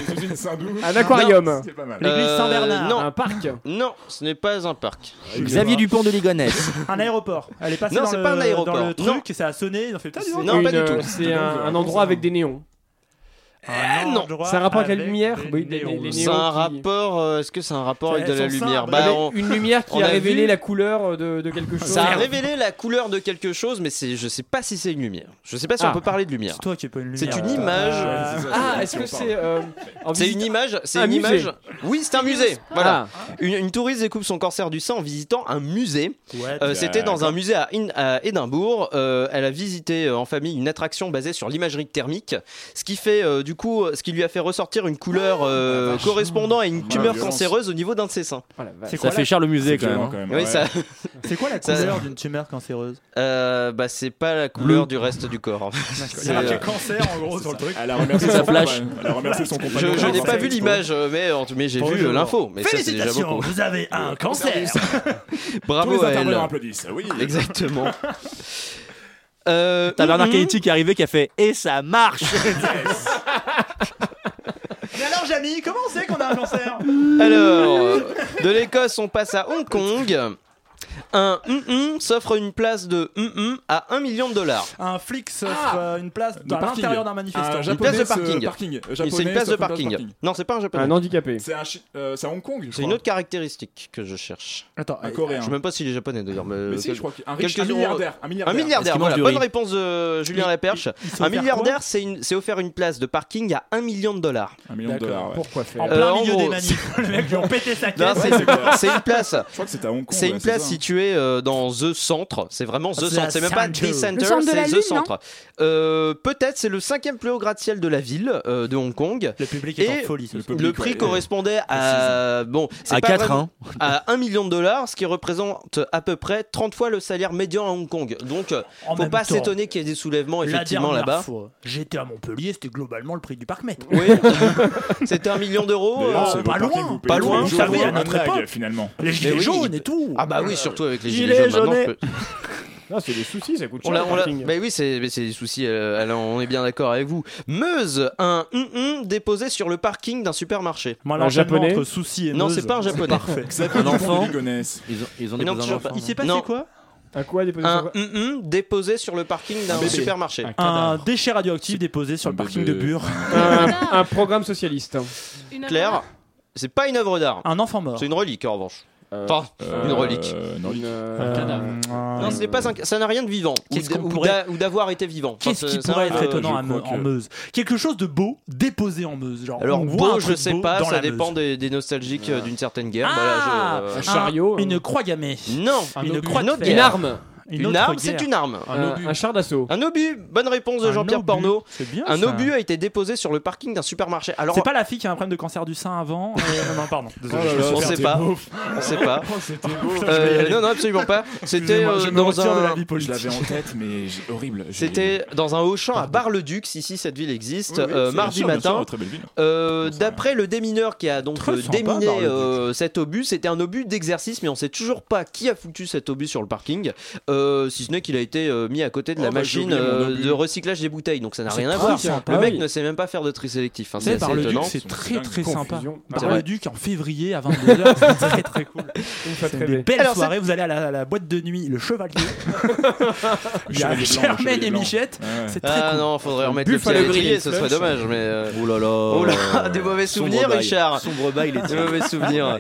Speaker 10: Un aquarium.
Speaker 13: C'est pas mal.
Speaker 1: Euh, non.
Speaker 10: Un parc.
Speaker 1: Non, ce n'est pas un parc.
Speaker 11: Xavier Dupont de Ligonnès.
Speaker 2: Un aéroport. Elle est passée
Speaker 1: Non,
Speaker 2: dans,
Speaker 1: c'est
Speaker 2: le,
Speaker 1: pas un aéroport.
Speaker 2: dans le truc
Speaker 1: Non.
Speaker 2: et ça a sonné. Ils ont fait oh. putain, dis donc.
Speaker 1: Non, pas
Speaker 10: Une,
Speaker 1: du tout.
Speaker 10: euh, C'est un, un endroit avec des néons.
Speaker 1: Ah non.
Speaker 10: C'est un rapport avec la lumière Oui, des- des- les
Speaker 1: C'est
Speaker 10: néons
Speaker 1: un
Speaker 10: qui-
Speaker 1: rapport. euh, Est-ce que c'est un rapport avec de la
Speaker 10: Elles sont
Speaker 1: lumière
Speaker 10: simples.
Speaker 1: Bah,
Speaker 10: Mais
Speaker 1: on-
Speaker 10: Une lumière qui
Speaker 1: on
Speaker 10: a,
Speaker 1: a
Speaker 10: révélé
Speaker 1: vu-
Speaker 10: la couleur euh, de, de quelque chose.
Speaker 1: Ça a révélé la couleur de quelque chose, mais c'est, je sais pas si c'est une lumière. Je sais pas si
Speaker 10: Ah.
Speaker 1: on peut parler de lumière.
Speaker 2: C'est toi qui es pas une
Speaker 1: C'est
Speaker 2: lumière.
Speaker 1: une
Speaker 2: euh,
Speaker 1: image.
Speaker 2: ouais, c'est ça,
Speaker 10: Ah,
Speaker 2: c'est
Speaker 10: est-ce
Speaker 2: ça,
Speaker 10: que
Speaker 2: c'est
Speaker 10: c'est. euh, en
Speaker 1: C'est une
Speaker 10: visitant-
Speaker 1: image. C'est
Speaker 10: un
Speaker 1: une
Speaker 10: musée.
Speaker 1: image. Oui, c'est un musée. Voilà.
Speaker 10: Ah.
Speaker 1: Une, une touriste découpe son cancer du sein en visitant un musée. Euh, C'était dans un musée à, In- à Édimbourg. Euh, elle a visité euh, en famille une attraction basée sur l'imagerie thermique, ce qui fait euh, du coup, euh, ce qui lui a fait ressortir une
Speaker 10: Ah,
Speaker 1: couleur euh, correspondant à une tumeur
Speaker 13: violence.
Speaker 1: cancéreuse au niveau d'un de ses seins.
Speaker 11: C'est Ça quoi, fait la- cher le musée, quand même, hein.
Speaker 1: Oui, ça.
Speaker 2: C'est quoi la
Speaker 1: Ça-
Speaker 2: couleur d'une tumeur cancéreuse
Speaker 1: Euh, bah, c'est pas la couleur du reste du corps. en fait. euh,
Speaker 2: C'est marqué cancer en gros sur le truc.
Speaker 13: Elle a remercié
Speaker 1: Ça
Speaker 13: son
Speaker 1: flash.
Speaker 13: compagnon. Elle a remercié son
Speaker 1: Je,
Speaker 13: compagnon.
Speaker 1: je n'ai pas
Speaker 13: Ça
Speaker 1: vu
Speaker 13: explose.
Speaker 1: l'image, euh, mais, en tout- mais j'ai vu euh, l'info. Mais ça, c'est déjà
Speaker 2: Félicitations,
Speaker 1: beaucoup.
Speaker 2: vous avez un cancer.
Speaker 1: Bravo
Speaker 13: Tous les
Speaker 1: à elle.
Speaker 13: intervenants applaudissent. Oui.
Speaker 1: Exactement.
Speaker 11: T'as Bernard
Speaker 1: mhm.
Speaker 11: Canetti qui est arrivé qui a fait Et ça marche
Speaker 2: Mais alors, Jamy, comment on sait qu'on a un cancer
Speaker 1: Alors, euh, de l'Écosse, on passe à Hong Kong. Un hum-hum s'offre une place de hum-hum à 1 million de dollars.
Speaker 2: Un flic
Speaker 10: Ah
Speaker 2: s'offre euh, une place
Speaker 13: De
Speaker 2: dans
Speaker 13: parking.
Speaker 2: l'intérieur d'un
Speaker 13: Un
Speaker 2: manifestant.
Speaker 1: Une
Speaker 13: Japonais
Speaker 1: place de
Speaker 13: se-
Speaker 1: parking.
Speaker 13: parking.
Speaker 1: Il- C'est une place de
Speaker 13: Japonais s'offre une place de
Speaker 1: parking.
Speaker 13: parking.
Speaker 1: Ah Non, c'est pas un japonais.
Speaker 10: Un handicapé.
Speaker 13: C'est un chi- euh, c'est à Hong Kong. je
Speaker 1: C'est
Speaker 13: crois.
Speaker 1: une autre caractéristique que je cherche.
Speaker 2: Attends,
Speaker 13: Un coréen.
Speaker 1: Je sais même pas s'il est japonais d'ailleurs. Mais, euh,
Speaker 13: Mais si,
Speaker 1: quel-
Speaker 13: je crois qu'il- un riche-
Speaker 1: quelques-
Speaker 13: un milliardaire, un milliardaire.
Speaker 1: Un milliardaire,
Speaker 13: Est-ce qu'il mange
Speaker 1: voilà.
Speaker 13: du
Speaker 1: Bonne
Speaker 13: riz
Speaker 1: réponse de euh, Julien Laperche.
Speaker 2: il s'est
Speaker 1: Un
Speaker 2: offert
Speaker 1: milliardaire, c'est une- c'est offert une place de parking à 1 million de dollars.
Speaker 13: Un million de
Speaker 2: D'accord.
Speaker 13: dollars. ouais.
Speaker 2: Pourquoi
Speaker 10: Ah,
Speaker 2: faire En
Speaker 1: Euh,
Speaker 2: plein
Speaker 1: en
Speaker 2: milieu des
Speaker 1: gros,
Speaker 2: manifs. Les mecs lui ont pété sa
Speaker 1: Non,
Speaker 2: caisse.
Speaker 1: c'est- c'est une place.
Speaker 13: Je crois que c'était à Hong Kong.
Speaker 1: C'est
Speaker 13: ouais,
Speaker 1: une place
Speaker 13: ça.
Speaker 1: située euh, dans The Centre. C'est vraiment
Speaker 2: hein. Ah,
Speaker 1: The
Speaker 2: c'est
Speaker 1: Centre.
Speaker 2: la
Speaker 1: C'est même pas
Speaker 2: Centre.
Speaker 1: The Center,
Speaker 2: Le centre de la
Speaker 1: c'est
Speaker 2: Lune,
Speaker 1: The Centre. Euh, Peut-être c'est le cinquième plus haut gratte-ciel de la ville euh, de Hong Kong.
Speaker 2: Le public
Speaker 1: Et
Speaker 2: est en folie. ce soir.
Speaker 1: le prix correspondait à bon, c'est
Speaker 11: À
Speaker 1: pas
Speaker 11: quatre,
Speaker 1: vraiment- à 1 million de dollars, ce qui représente à peu près 30 fois le salaire médian à Hong Kong. Donc, euh,
Speaker 2: En
Speaker 1: faut
Speaker 2: même
Speaker 1: pas
Speaker 2: temps,
Speaker 1: s'étonner qu'il y ait des soulèvements
Speaker 2: La
Speaker 1: effectivement
Speaker 2: dernière
Speaker 1: là-bas.
Speaker 2: fois, J'étais à Montpellier, c'était globalement le prix du parc mètre.
Speaker 1: Oui, c'était un million d'euros.
Speaker 13: D'ailleurs,
Speaker 1: euh,
Speaker 13: c'est
Speaker 2: pas
Speaker 13: le parking
Speaker 2: loin,
Speaker 13: que vous payez
Speaker 1: pas
Speaker 13: tous les
Speaker 1: loin,
Speaker 13: jours
Speaker 2: ça va,
Speaker 13: pour
Speaker 2: à
Speaker 13: un
Speaker 2: notre
Speaker 13: blague,
Speaker 2: époque.
Speaker 13: finalement.
Speaker 2: Les gilets
Speaker 1: Mais oui,
Speaker 2: jaunes
Speaker 1: il-
Speaker 2: et tout.
Speaker 1: Ah bah oui, surtout avec les
Speaker 2: Gilets
Speaker 1: gilets jaunes. Maintenant,
Speaker 2: jaunes.
Speaker 1: je peux-
Speaker 2: Ah,
Speaker 10: Non, c'est des soucis, ça coûte
Speaker 1: On
Speaker 10: cher.
Speaker 1: l'a-
Speaker 10: le
Speaker 1: on l'a-
Speaker 10: parking.
Speaker 1: Mais oui, c'est mais c'est des soucis, euh, Alain, on est bien d'accord avec vous. Meuse, un hum hum déposé sur le parking d'un supermarché.
Speaker 2: Moi,
Speaker 10: Un
Speaker 2: l'enchaînement
Speaker 10: japonais.
Speaker 2: entre soucis et
Speaker 1: Non,
Speaker 2: Meuse,
Speaker 1: c'est pas un japonais.
Speaker 2: parfait.
Speaker 13: Xavier
Speaker 11: Un
Speaker 13: Dupont de
Speaker 11: enfant.
Speaker 13: Ligonnès.
Speaker 11: Ils ont, ils ont
Speaker 1: Mais non,
Speaker 11: déposé
Speaker 1: toujours
Speaker 11: un
Speaker 1: pas.
Speaker 11: enfant.
Speaker 2: Il s'est passé
Speaker 1: Non.
Speaker 2: quoi
Speaker 10: Un quoi déposé sur
Speaker 1: Un
Speaker 10: quoi
Speaker 1: hum hum déposé sur le parking d'un
Speaker 13: bébé.
Speaker 1: supermarché.
Speaker 2: Un déchet radioactif déposé sur le parking de
Speaker 13: bébé.
Speaker 2: Bure.
Speaker 10: un, un programme socialiste.
Speaker 16: Une
Speaker 1: Claire, c'est pas une œuvre d'art.
Speaker 2: Un enfant mort.
Speaker 1: C'est une relique en revanche. Enfin, une relique.
Speaker 13: Euh, non,
Speaker 10: Euh, Une,
Speaker 2: Euh,
Speaker 10: euh,
Speaker 2: un-
Speaker 1: Non, ce n'est pas un- ça n'a rien de vivant. Ou
Speaker 2: ah, euh, Qu'est-ce
Speaker 1: de-
Speaker 2: qu'on
Speaker 1: ou
Speaker 2: pourrait-
Speaker 1: d'a- Ou d'avoir été vivant. Enfin,
Speaker 2: Qu'est-ce qui
Speaker 1: c'est- c'est
Speaker 2: pourrait
Speaker 1: un-
Speaker 2: être
Speaker 1: euh,
Speaker 2: étonnant à
Speaker 13: je crois
Speaker 2: Me- en
Speaker 13: que-
Speaker 2: Meuse Quelque chose de beau déposé en Meuse. Genre,
Speaker 1: Alors,
Speaker 2: on voit un
Speaker 1: beau, je
Speaker 2: truc
Speaker 1: sais
Speaker 2: beau
Speaker 1: pas,
Speaker 2: dans
Speaker 1: ça
Speaker 2: la Meuse.
Speaker 1: dépend des, des nostalgiques euh, d'une certaine guerre.
Speaker 2: Ah
Speaker 1: Voilà, je-
Speaker 10: Un
Speaker 1: euh,
Speaker 10: chariot.
Speaker 2: Une croix gammée.
Speaker 1: Non,
Speaker 2: Une
Speaker 1: autre-
Speaker 2: croix de
Speaker 1: autre
Speaker 2: fer.
Speaker 10: Une
Speaker 1: guerre.
Speaker 10: arme.
Speaker 1: Une,
Speaker 2: Une autre
Speaker 1: arme,
Speaker 2: guerre.
Speaker 1: c'est une arme.
Speaker 2: Un Euh, obus. un
Speaker 10: char d'assaut.
Speaker 1: Un obus. Bonne réponse de
Speaker 2: Un
Speaker 1: Jean-Pierre
Speaker 2: obus.
Speaker 1: Porno.
Speaker 2: C'est
Speaker 13: Ah,
Speaker 2: bien,
Speaker 1: Un
Speaker 2: ça.
Speaker 1: obus a été déposé sur le parking d'un supermarché. Alors, Oh
Speaker 2: C'est pas la fille qui a un problème de cancer du sein avant euh, Non, pardon. Désolé, je me suis
Speaker 1: on sait
Speaker 2: perdu.
Speaker 1: pas. On sait pas.
Speaker 13: Oh, je vais y
Speaker 1: Euh,
Speaker 13: aller.
Speaker 1: non, non, absolument pas. C'était
Speaker 13: Excusez-moi,
Speaker 1: euh,
Speaker 13: je me
Speaker 1: dans
Speaker 13: retire de la
Speaker 1: un.
Speaker 13: vie politique. Je l'avais en tête, mais j'ai- horrible. J'ai-
Speaker 1: C'était dans un Auchan à Bar-le-Duc, si, si cette ville existe,
Speaker 13: Oui, oui,
Speaker 1: euh,
Speaker 13: bien
Speaker 1: mardi
Speaker 13: sûr, bien
Speaker 1: matin.
Speaker 13: sûr, très belle ville.
Speaker 1: Euh, D'après le démineur qui a donc
Speaker 13: Très
Speaker 1: euh,
Speaker 13: sympa,
Speaker 1: déminé
Speaker 13: Bar-le-Duc.
Speaker 1: euh, cet obus, c'était un obus d'exercice, mais on sait toujours pas qui a foutu cet obus sur le parking, euh, si ce n'est qu'il a été euh, mis à côté de la
Speaker 13: Oh, bah, j'ai
Speaker 1: machine
Speaker 13: oublié mon
Speaker 1: euh,
Speaker 13: obus.
Speaker 1: de recyclage des bouteilles, donc ça n'a
Speaker 13: C'est
Speaker 1: rien à
Speaker 13: très
Speaker 1: voir.
Speaker 10: bah
Speaker 13: sympa.
Speaker 1: Le
Speaker 13: Ah
Speaker 1: mec
Speaker 13: oui.
Speaker 1: ne sait même pas faire de tri sélectif, hein,
Speaker 2: Tu sais,
Speaker 1: c'est assez
Speaker 2: Bar-le-Duc,
Speaker 1: étonnant.
Speaker 2: c'est très très sympa.
Speaker 1: Confusion. Ah, C'est vrai.
Speaker 2: Bar-le-Duc en février à 22h, c'est très très cool. C'est
Speaker 1: rêver.
Speaker 2: une belle
Speaker 1: Alors,
Speaker 2: soirée, vous allez à la, à la boîte de nuit, le Chevalier. Il y a
Speaker 1: Chevalier blanc,
Speaker 2: Germaine
Speaker 1: Chevalier
Speaker 2: et
Speaker 1: blanc.
Speaker 2: Michette,
Speaker 1: Ouais.
Speaker 2: c'est très
Speaker 1: Ah
Speaker 2: cool.
Speaker 1: non, faudrait remettre le pied à
Speaker 2: Buffalo
Speaker 1: l'étrier,
Speaker 2: Grill
Speaker 1: ce serait
Speaker 2: Flush.
Speaker 1: dommage, mais. euh,
Speaker 11: Oh là là.
Speaker 1: Oh là, des mauvais
Speaker 11: Sombre
Speaker 1: souvenirs,
Speaker 11: bail.
Speaker 1: Richard.
Speaker 11: Sombre bail, les
Speaker 1: Des
Speaker 11: tiens.
Speaker 1: mauvais souvenirs.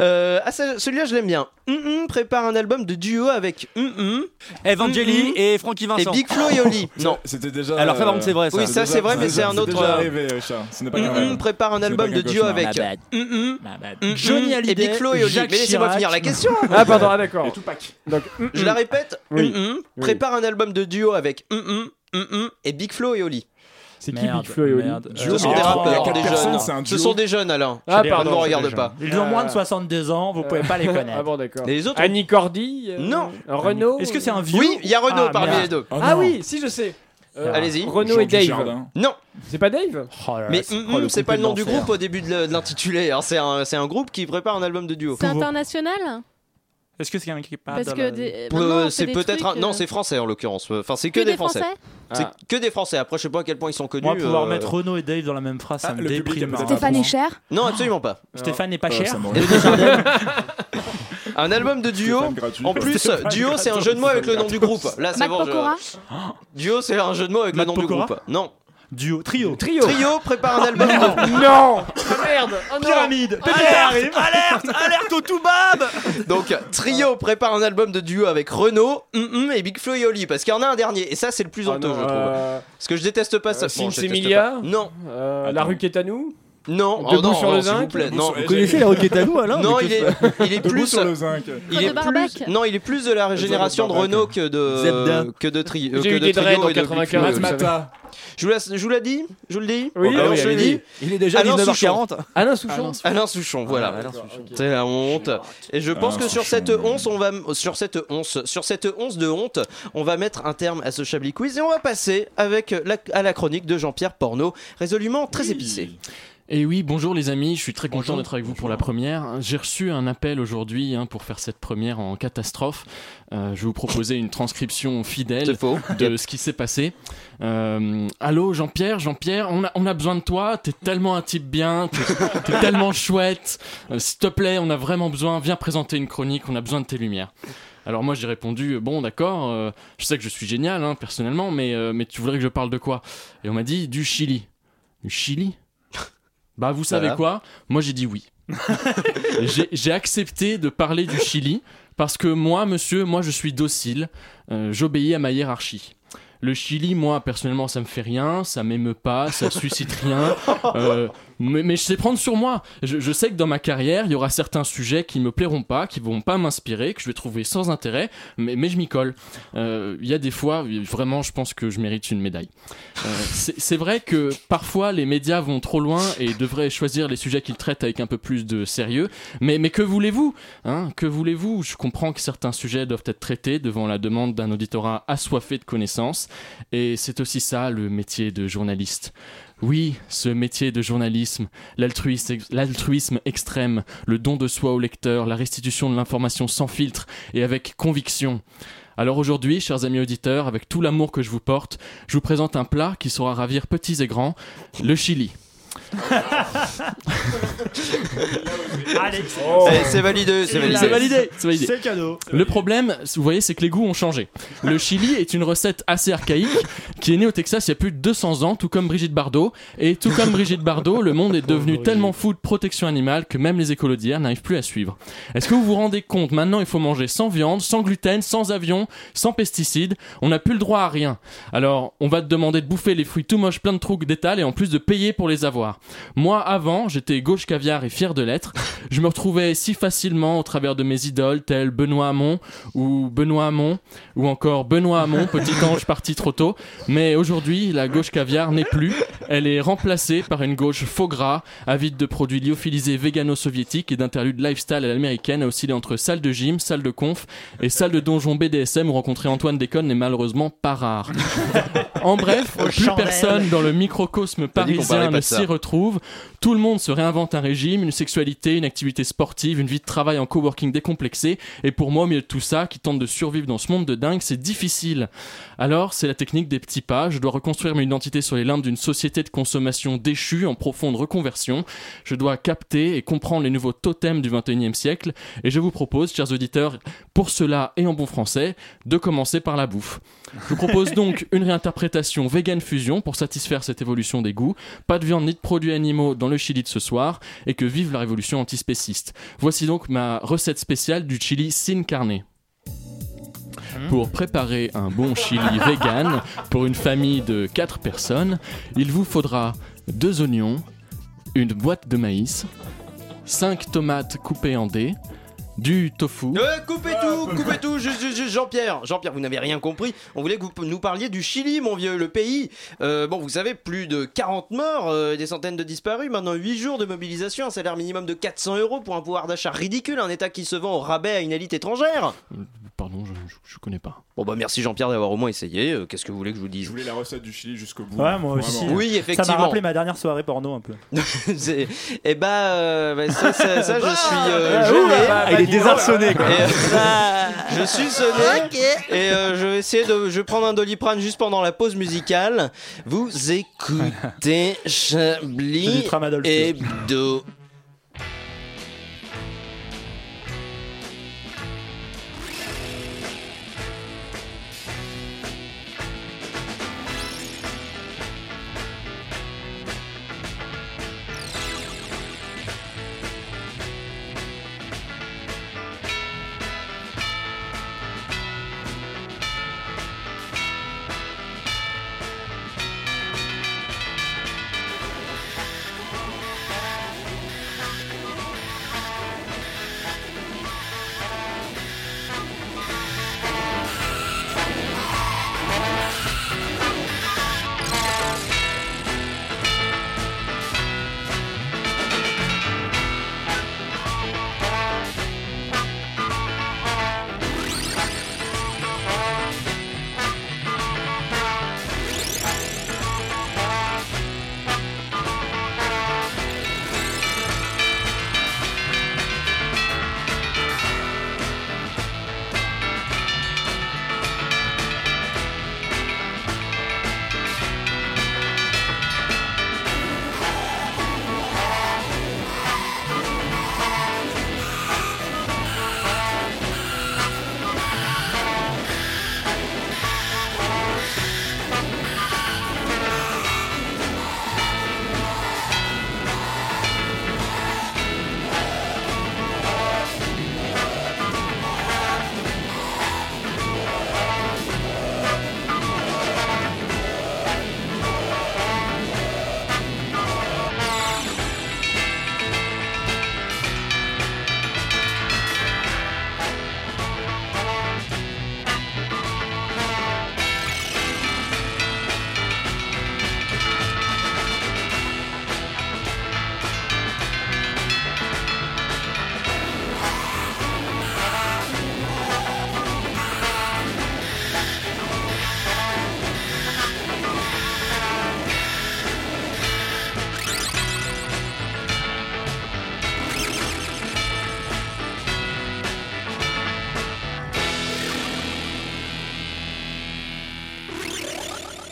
Speaker 1: Euh, ah, ça- celui-là, je l'aime bien. Hum, hum, prépare un album de duo avec Hum, hum,
Speaker 11: Evangeli
Speaker 1: Hum, hum,
Speaker 11: et Frankie Vincent.
Speaker 1: Et Big Flo et Oli. Non.
Speaker 13: C'était déjà. euh,
Speaker 11: Alors, ça, par contre, c'est vrai, ça.
Speaker 1: Oui, ça,
Speaker 13: Déjà-
Speaker 1: c'est vrai, mais
Speaker 13: déjà-
Speaker 1: c'est un autre.
Speaker 13: déjà
Speaker 1: euh,
Speaker 13: arrivé, Richard. Ce n'est pas qu'un
Speaker 1: Hum, hum,
Speaker 13: rêve.
Speaker 1: prépare
Speaker 13: Ce
Speaker 1: un
Speaker 13: n'est
Speaker 1: album
Speaker 13: pas
Speaker 1: de
Speaker 13: qu'un
Speaker 1: duo
Speaker 13: cauchemar.
Speaker 1: avec Hum, hum, Hum,
Speaker 2: Bah, Johnny
Speaker 1: hum,
Speaker 2: Hallyday,
Speaker 1: et Big Flo et Oli.
Speaker 2: Jacques
Speaker 1: Mais laissez-moi
Speaker 2: Chirac.
Speaker 1: finir la question.
Speaker 10: Ah, pardon, ah, d'accord.
Speaker 1: Et
Speaker 10: Tupac. Donc, hum,
Speaker 1: Je
Speaker 10: hum.
Speaker 1: la répète.
Speaker 10: Oui.
Speaker 1: Hum, hum,
Speaker 10: Oui.
Speaker 1: Prépare un album de duo avec Hum, hum, Hum, hum, et Big Flo et Oli.
Speaker 10: C'est
Speaker 2: qui, Merde, Big Flo et Oli merde.
Speaker 1: Ce sont
Speaker 2: Euh,
Speaker 1: des
Speaker 2: non, il y a
Speaker 1: rappeurs,
Speaker 2: quatre
Speaker 1: des
Speaker 2: personnes,
Speaker 1: jeunes.
Speaker 2: c'est un
Speaker 1: Ce
Speaker 2: duo.
Speaker 1: sont des jeunes, Alain.
Speaker 2: Ah,
Speaker 1: Je les-
Speaker 2: pardon,
Speaker 1: Ne me
Speaker 2: c'est
Speaker 1: regarde
Speaker 2: des
Speaker 1: pas.
Speaker 2: jeunes. Ils ont moins de 72 ans, vous pouvez pas les connaître.
Speaker 10: Ah bon, d'accord.
Speaker 1: Et les autres
Speaker 10: Annie Cordy, euh,
Speaker 1: Non.
Speaker 10: Renault. euh,
Speaker 2: Est-ce que c'est un vieux
Speaker 1: Oui, il y a Renault
Speaker 2: Ah,
Speaker 1: parmi
Speaker 2: merde. Ah.
Speaker 1: les deux.
Speaker 13: Oh
Speaker 10: Ah, oui, si je sais. Euh,
Speaker 1: Allez-y.
Speaker 10: Renault et
Speaker 1: Jean
Speaker 10: Dave.
Speaker 1: Dujardin. Non.
Speaker 10: C'est pas Dave
Speaker 2: Oh
Speaker 1: Mais hum, hum, c'est pas le nom du groupe au début de la- de l'intitulé. hein. C'est un, c'est un groupe qui prépare un album de duo.
Speaker 16: C'est international
Speaker 2: Est-ce que c'est quelqu'un qui est pas
Speaker 16: Parce
Speaker 2: Ah, dans
Speaker 16: que
Speaker 2: la-
Speaker 16: des-
Speaker 1: Peu-
Speaker 16: maintenant, on fait
Speaker 1: c'est
Speaker 16: des
Speaker 1: peut-être
Speaker 16: trucs,
Speaker 1: un... non
Speaker 16: euh,
Speaker 1: c'est français en l'occurrence enfin c'est que,
Speaker 16: Que
Speaker 1: des
Speaker 16: des
Speaker 1: français,
Speaker 16: Français
Speaker 1: c'est
Speaker 16: Ah.
Speaker 1: que des français après je sais pas à quel point ils sont connus
Speaker 2: Moi, pouvoir
Speaker 1: euh,
Speaker 2: mettre Renault et Dave dans la même phrase, ça me déprime.
Speaker 16: Stéphane est cher
Speaker 1: non absolument pas
Speaker 2: Stéphane n'est pas
Speaker 13: Oh,
Speaker 1: Euh,
Speaker 2: cher
Speaker 1: ça m'aurait- un album de duo en plus
Speaker 2: Stéphane
Speaker 1: duo c'est un jeu de mots avec le nom du groupe là c'est
Speaker 16: Mac
Speaker 1: bon je-
Speaker 16: Pokora
Speaker 1: duo c'est un jeu de mots avec le nom du
Speaker 2: Pokora
Speaker 1: groupe non
Speaker 2: Duo, trio.
Speaker 1: Trio. prépare un album de-
Speaker 10: Non Merde oh, non.
Speaker 2: Pyramide
Speaker 1: Alerte, alerte, alerte au toubab Donc Trio prépare un album de duo avec Renault, Hum Hum et Big Flo et Oli parce qu'il y en a un dernier et ça c'est le plus honteux
Speaker 10: non,
Speaker 1: je trouve.
Speaker 10: euh,
Speaker 1: Parce que je déteste pas ça.
Speaker 10: Sims
Speaker 1: je
Speaker 10: et
Speaker 1: déteste
Speaker 10: Milia
Speaker 1: pas. Non.
Speaker 10: Euh, la rue qui est à nous
Speaker 1: Non, oh
Speaker 10: Debout
Speaker 1: non,
Speaker 10: sur
Speaker 1: non,
Speaker 10: le
Speaker 1: s'il vous
Speaker 10: zinc
Speaker 1: plaît,
Speaker 10: Debout
Speaker 1: non.
Speaker 10: sur-
Speaker 1: Vous
Speaker 11: connaissez la roquette à nous, Alain
Speaker 1: Non, il est, il est
Speaker 13: Debout
Speaker 1: plus
Speaker 13: sur le zinc.
Speaker 1: Il est,
Speaker 16: de Barbac.
Speaker 1: non, il est plus de la génération de
Speaker 13: Barbac.
Speaker 1: Renault que
Speaker 13: Zebda.
Speaker 1: de que de tri, euh,
Speaker 10: J'ai
Speaker 1: que
Speaker 10: eu
Speaker 1: de
Speaker 10: des dreads
Speaker 1: Trio
Speaker 10: en
Speaker 1: et de
Speaker 10: 95,
Speaker 1: Big Flo,
Speaker 10: vous
Speaker 1: vous
Speaker 10: savez.
Speaker 1: savez. Je vous la, je vous la dis, je vous le dis.
Speaker 10: Oui,
Speaker 1: Alors,
Speaker 10: oui,
Speaker 1: je le
Speaker 10: allez-y.
Speaker 1: dis.
Speaker 11: Il est déjà
Speaker 1: Alain
Speaker 11: 19h40.
Speaker 1: Souchon.
Speaker 10: Alain Souchon.
Speaker 1: Ah, Alain Souchon, voilà. C'est la honte. Et je pense
Speaker 13: Alain
Speaker 1: que sur cette once, on va m- sur cette once, sur cette once de honte, on va mettre un terme à ce Chablis quiz et on va passer avec la, à la chronique de Jean-Pierre Porno, résolument très épicée.
Speaker 12: Et oui, bonjour les amis, je suis très content d'être avec vous pour la première. J'ai reçu un appel aujourd'hui hein, pour faire cette première en catastrophe. Euh, je vais vous proposer une transcription fidèle de ce qui s'est passé. Euh, allô Jean-Pierre, Jean-Pierre, on a, on a besoin de toi, t'es tellement un type bien, t'es- t'es tellement chouette. Euh, S'il te plaît, on a vraiment besoin, viens présenter une chronique, on a besoin de tes lumières. Alors moi j'ai répondu bon d'accord, euh, je sais que je suis génial hein, personnellement, mais, euh, mais tu voudrais que je parle de quoi Et on m'a dit du Chili. Du Chili bah vous savez
Speaker 11: Voilà.
Speaker 12: quoi Moi j'ai dit oui. J'ai- j'ai accepté de parler du Chili parce que moi, monsieur, moi je suis docile, euh, j'obéis à ma hiérarchie. Le Chili, moi personnellement, ça me fait rien, ça m'émeut pas, ça suscite rien. euh, mais, mais je sais prendre sur moi. Je, je sais que dans ma carrière, il y aura certains sujets qui me plairont pas, qui vont pas m'inspirer, que je vais trouver sans intérêt, mais, mais je m'y colle. Euh, Il y a des fois, vraiment, je pense que je mérite une médaille. Euh, c'est c'est vrai que parfois les médias vont trop loin et devraient choisir les sujets qu'ils traitent avec un peu plus de sérieux. Mais, mais que voulez-vous hein Que voulez-vous Je comprends que certains sujets doivent être traités devant la demande d'un auditorat assoiffé de connaissances. Et c'est aussi ça le métier de journaliste. Oui, ce métier de journalisme, l'altruisme l'altruisme extrême, le don de soi au lecteur, la restitution de l'information sans filtre et avec conviction. Alors aujourd'hui, chers amis auditeurs, avec tout l'amour que je vous porte, je vous présente un plat qui saura ravir petits et grands, le chili.
Speaker 2: Alex.
Speaker 1: Eh, C'est validé, c'est validé.
Speaker 12: C'est validé, c'est validé.
Speaker 2: C'est cadeau.
Speaker 12: Le problème, vous voyez, c'est que les goûts ont changé. Le chili est une recette assez archaïque
Speaker 13: qui est né au Texas il y a plus de 200 ans, tout comme Brigitte Bardot. Et tout comme Brigitte Bardot, le monde est devenu tellement fou de protection animale que même les écolos d'hier n'arrivent plus à suivre. Est-ce que vous vous rendez compte Maintenant, il faut manger sans viande, sans gluten, sans avion, sans pesticides. On n'a plus le droit à rien. Alors, on va te demander de bouffer les fruits tout moches, plein de trucs d'étal et en plus de payer pour les avoir. Moi, avant, j'étais gauche caviar et fier de l'être. Je me retrouvais si facilement au travers de mes idoles telles Benoît Hamon ou Benoît Hamon ou encore Benoît Hamon, petit ange parti trop tôt. Mais aujourd'hui, la gauche caviar n'est plus. Elle est remplacée par une gauche faux gras, avide de produits lyophilisés végano-soviétiques et d'interludes lifestyle à l'américaine, à osciller entre salle de gym, salle de conf et salle de donjon BDSM où rencontrer Antoine Déconne n'est malheureusement pas rare. En bref,
Speaker 17: Au
Speaker 13: plus
Speaker 17: Chanel.
Speaker 13: personne dans le microcosme
Speaker 17: T'as dit qu'on parlait
Speaker 13: parisien
Speaker 17: pas
Speaker 13: ne
Speaker 17: de ça.
Speaker 13: s'y retrouve. Tout le monde se réinvente un régime, une sexualité, une activité sportive, une vie de travail en coworking décomplexé. Et pour moi, au milieu de tout ça, qui tente de survivre dans ce monde de dingue, c'est difficile. Alors, c'est la technique des petits pas. Je dois reconstruire mon identité sur les limbes d'une société de consommation déchue en profonde reconversion. Je dois capter et comprendre les nouveaux totems du 21e siècle. Et je vous propose, chers auditeurs, pour cela et en bon français, de commencer par la bouffe. Je vous propose donc une réinterprétation vegan fusion pour satisfaire cette évolution des goûts. Pas de viande ni de produits animaux dans le chili de ce soir et que vive la révolution antispéciste. Voici donc ma recette spéciale du chili sin carne. Pour préparer un bon chili vegan pour une famille de 4 personnes, il vous faudra 2 oignons, une boîte de maïs, 5 tomates coupées en dés, du tofu.
Speaker 1: Euh, coupez
Speaker 2: Ah,
Speaker 1: tout, coupez tout, je- je- je- Jean-Pierre, Jean-Pierre, vous n'avez rien compris. On voulait que vous nous parliez du Chili, mon vieux, le pays. Euh, bon, vous savez, plus de 40 morts, euh, des centaines de disparus, maintenant 8 jours de mobilisation, un salaire minimum de 400 euros pour un pouvoir d'achat ridicule, un État qui se vend au rabais à une élite étrangère.
Speaker 13: Pardon, je, je- je connais pas.
Speaker 1: Bon bah merci Jean-Pierre d'avoir au moins essayé. Euh, Qu'est-ce que vous voulez que je vous dise
Speaker 18: Je voulais la recette du Chili jusqu'au bout.
Speaker 2: Ouais, moi aussi.
Speaker 18: Vraiment.
Speaker 1: Oui,
Speaker 2: Ça
Speaker 1: effectivement.
Speaker 2: m'a rappelé ma dernière soirée porno un peu.
Speaker 1: C'est- Eh bah, euh, bah, ça, ça- ça, je suis euh,
Speaker 2: Ah,
Speaker 1: gelé.
Speaker 2: ouh, bah, bah, Il est dis donc. désarçonné, quoi.
Speaker 1: Et, euh, je suis sonné et euh, je vais essayer de. Je vais prendre un doliprane juste pendant la pause musicale. Vous écoutez
Speaker 2: C'est du
Speaker 1: Chablis
Speaker 2: tramadol,
Speaker 1: Hebdo.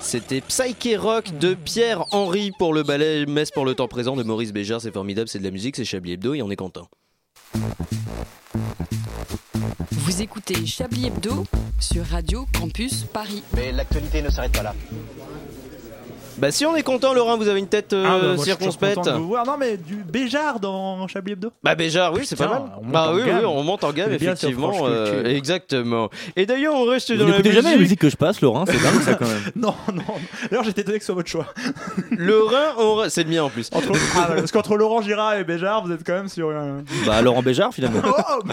Speaker 1: C'était Psyché Rock de Pierre Henry pour le ballet Messe pour le temps présent de Maurice Béjart. C'est formidable, c'est de la musique, c'est Chablis Hebdo et on est content.
Speaker 8: Vous écoutez Chablis Hebdo sur Radio Campus Paris.
Speaker 6: Mais l'actualité ne s'arrête pas là.
Speaker 1: Bah si on est content Laurent, vous avez une tête euh,
Speaker 2: Ah, bah, moi, je suis toujours
Speaker 1: circonspecte.
Speaker 2: content de vous voir. Non, mais du Béjar dans Chablis Hebdo.
Speaker 1: Bah déjà, oui, c'est pas
Speaker 2: Putain,
Speaker 1: mal.
Speaker 2: on monte
Speaker 1: bah
Speaker 2: en
Speaker 1: oui,
Speaker 2: gamme.
Speaker 1: oui, on monte en gamme,
Speaker 2: Mais bien sûr,
Speaker 1: effectivement.
Speaker 2: franche
Speaker 1: euh,
Speaker 2: culture.
Speaker 1: exactement. Et d'ailleurs, on reste
Speaker 11: Vous
Speaker 1: dans la
Speaker 11: n'écoutez
Speaker 1: musique.
Speaker 11: jamais la musique que je passe, Laurent, c'est dingue ça quand même.
Speaker 2: Non, non. D'ailleurs, j'étais étonné que ce soit votre choix.
Speaker 1: Le Rhin, on re- c'est le mien en plus.
Speaker 2: Entre- Ah, voilà, parce qu'entre Laurent Girard et Béjar, vous êtes quand même sur. un-
Speaker 11: Bah Laurent Béjart finalement.
Speaker 1: Oh,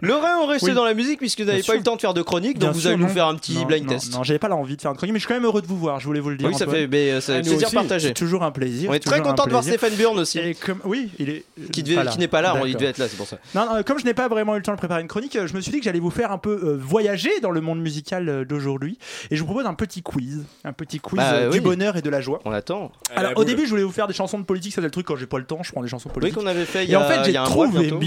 Speaker 1: Le Rhin, on reste
Speaker 2: Oui.
Speaker 1: dans la musique puisque vous n'avez
Speaker 2: Bien
Speaker 1: pas
Speaker 2: sûr.
Speaker 1: eu le temps de faire de chronique,
Speaker 2: Bien
Speaker 1: donc vous
Speaker 2: sûr,
Speaker 1: allez nous
Speaker 2: non.
Speaker 1: faire un petit
Speaker 2: Non,
Speaker 1: blind
Speaker 2: non,
Speaker 1: test.
Speaker 2: Non, j'avais pas l'envie de faire une chronique, mais je suis quand même heureux de vous voir, je voulais vous le dire.
Speaker 1: Oui, ça
Speaker 2: Antoine.
Speaker 1: fait- mais, euh, c'est-
Speaker 2: Ah, nous
Speaker 1: plaisir
Speaker 2: aussi,
Speaker 1: partagé.
Speaker 2: C'est toujours un plaisir.
Speaker 1: On est très
Speaker 2: toujours un
Speaker 1: content de voir
Speaker 2: plaisir.
Speaker 1: Stéphane Burn aussi.
Speaker 2: Et comme- Oui, il est.
Speaker 1: Qui, devait-
Speaker 2: pas là.
Speaker 1: qui n'est pas là, on- il
Speaker 2: D'accord.
Speaker 1: devait être là, c'est pour ça.
Speaker 2: Non, non, comme je n'ai pas vraiment eu le temps de préparer une chronique, euh, je me suis dit que j'allais vous faire un peu euh, voyager dans le monde musical euh, d'aujourd'hui. Et je vous propose un petit quiz. Un petit quiz
Speaker 1: Bah,
Speaker 2: euh, du
Speaker 1: oui.
Speaker 2: bonheur et de la joie.
Speaker 1: On attend.
Speaker 13: Euh,
Speaker 2: Alors, au début, je voulais vous faire des chansons de politique, ça c'est le truc quand j'ai pas le temps, je prends des chansons
Speaker 1: Oui,
Speaker 2: politiques.
Speaker 1: qu'on avait fait il y
Speaker 2: Et en
Speaker 1: a,
Speaker 2: fait,
Speaker 1: il
Speaker 2: j'ai
Speaker 1: y a un mois
Speaker 2: trouvé
Speaker 1: bientôt.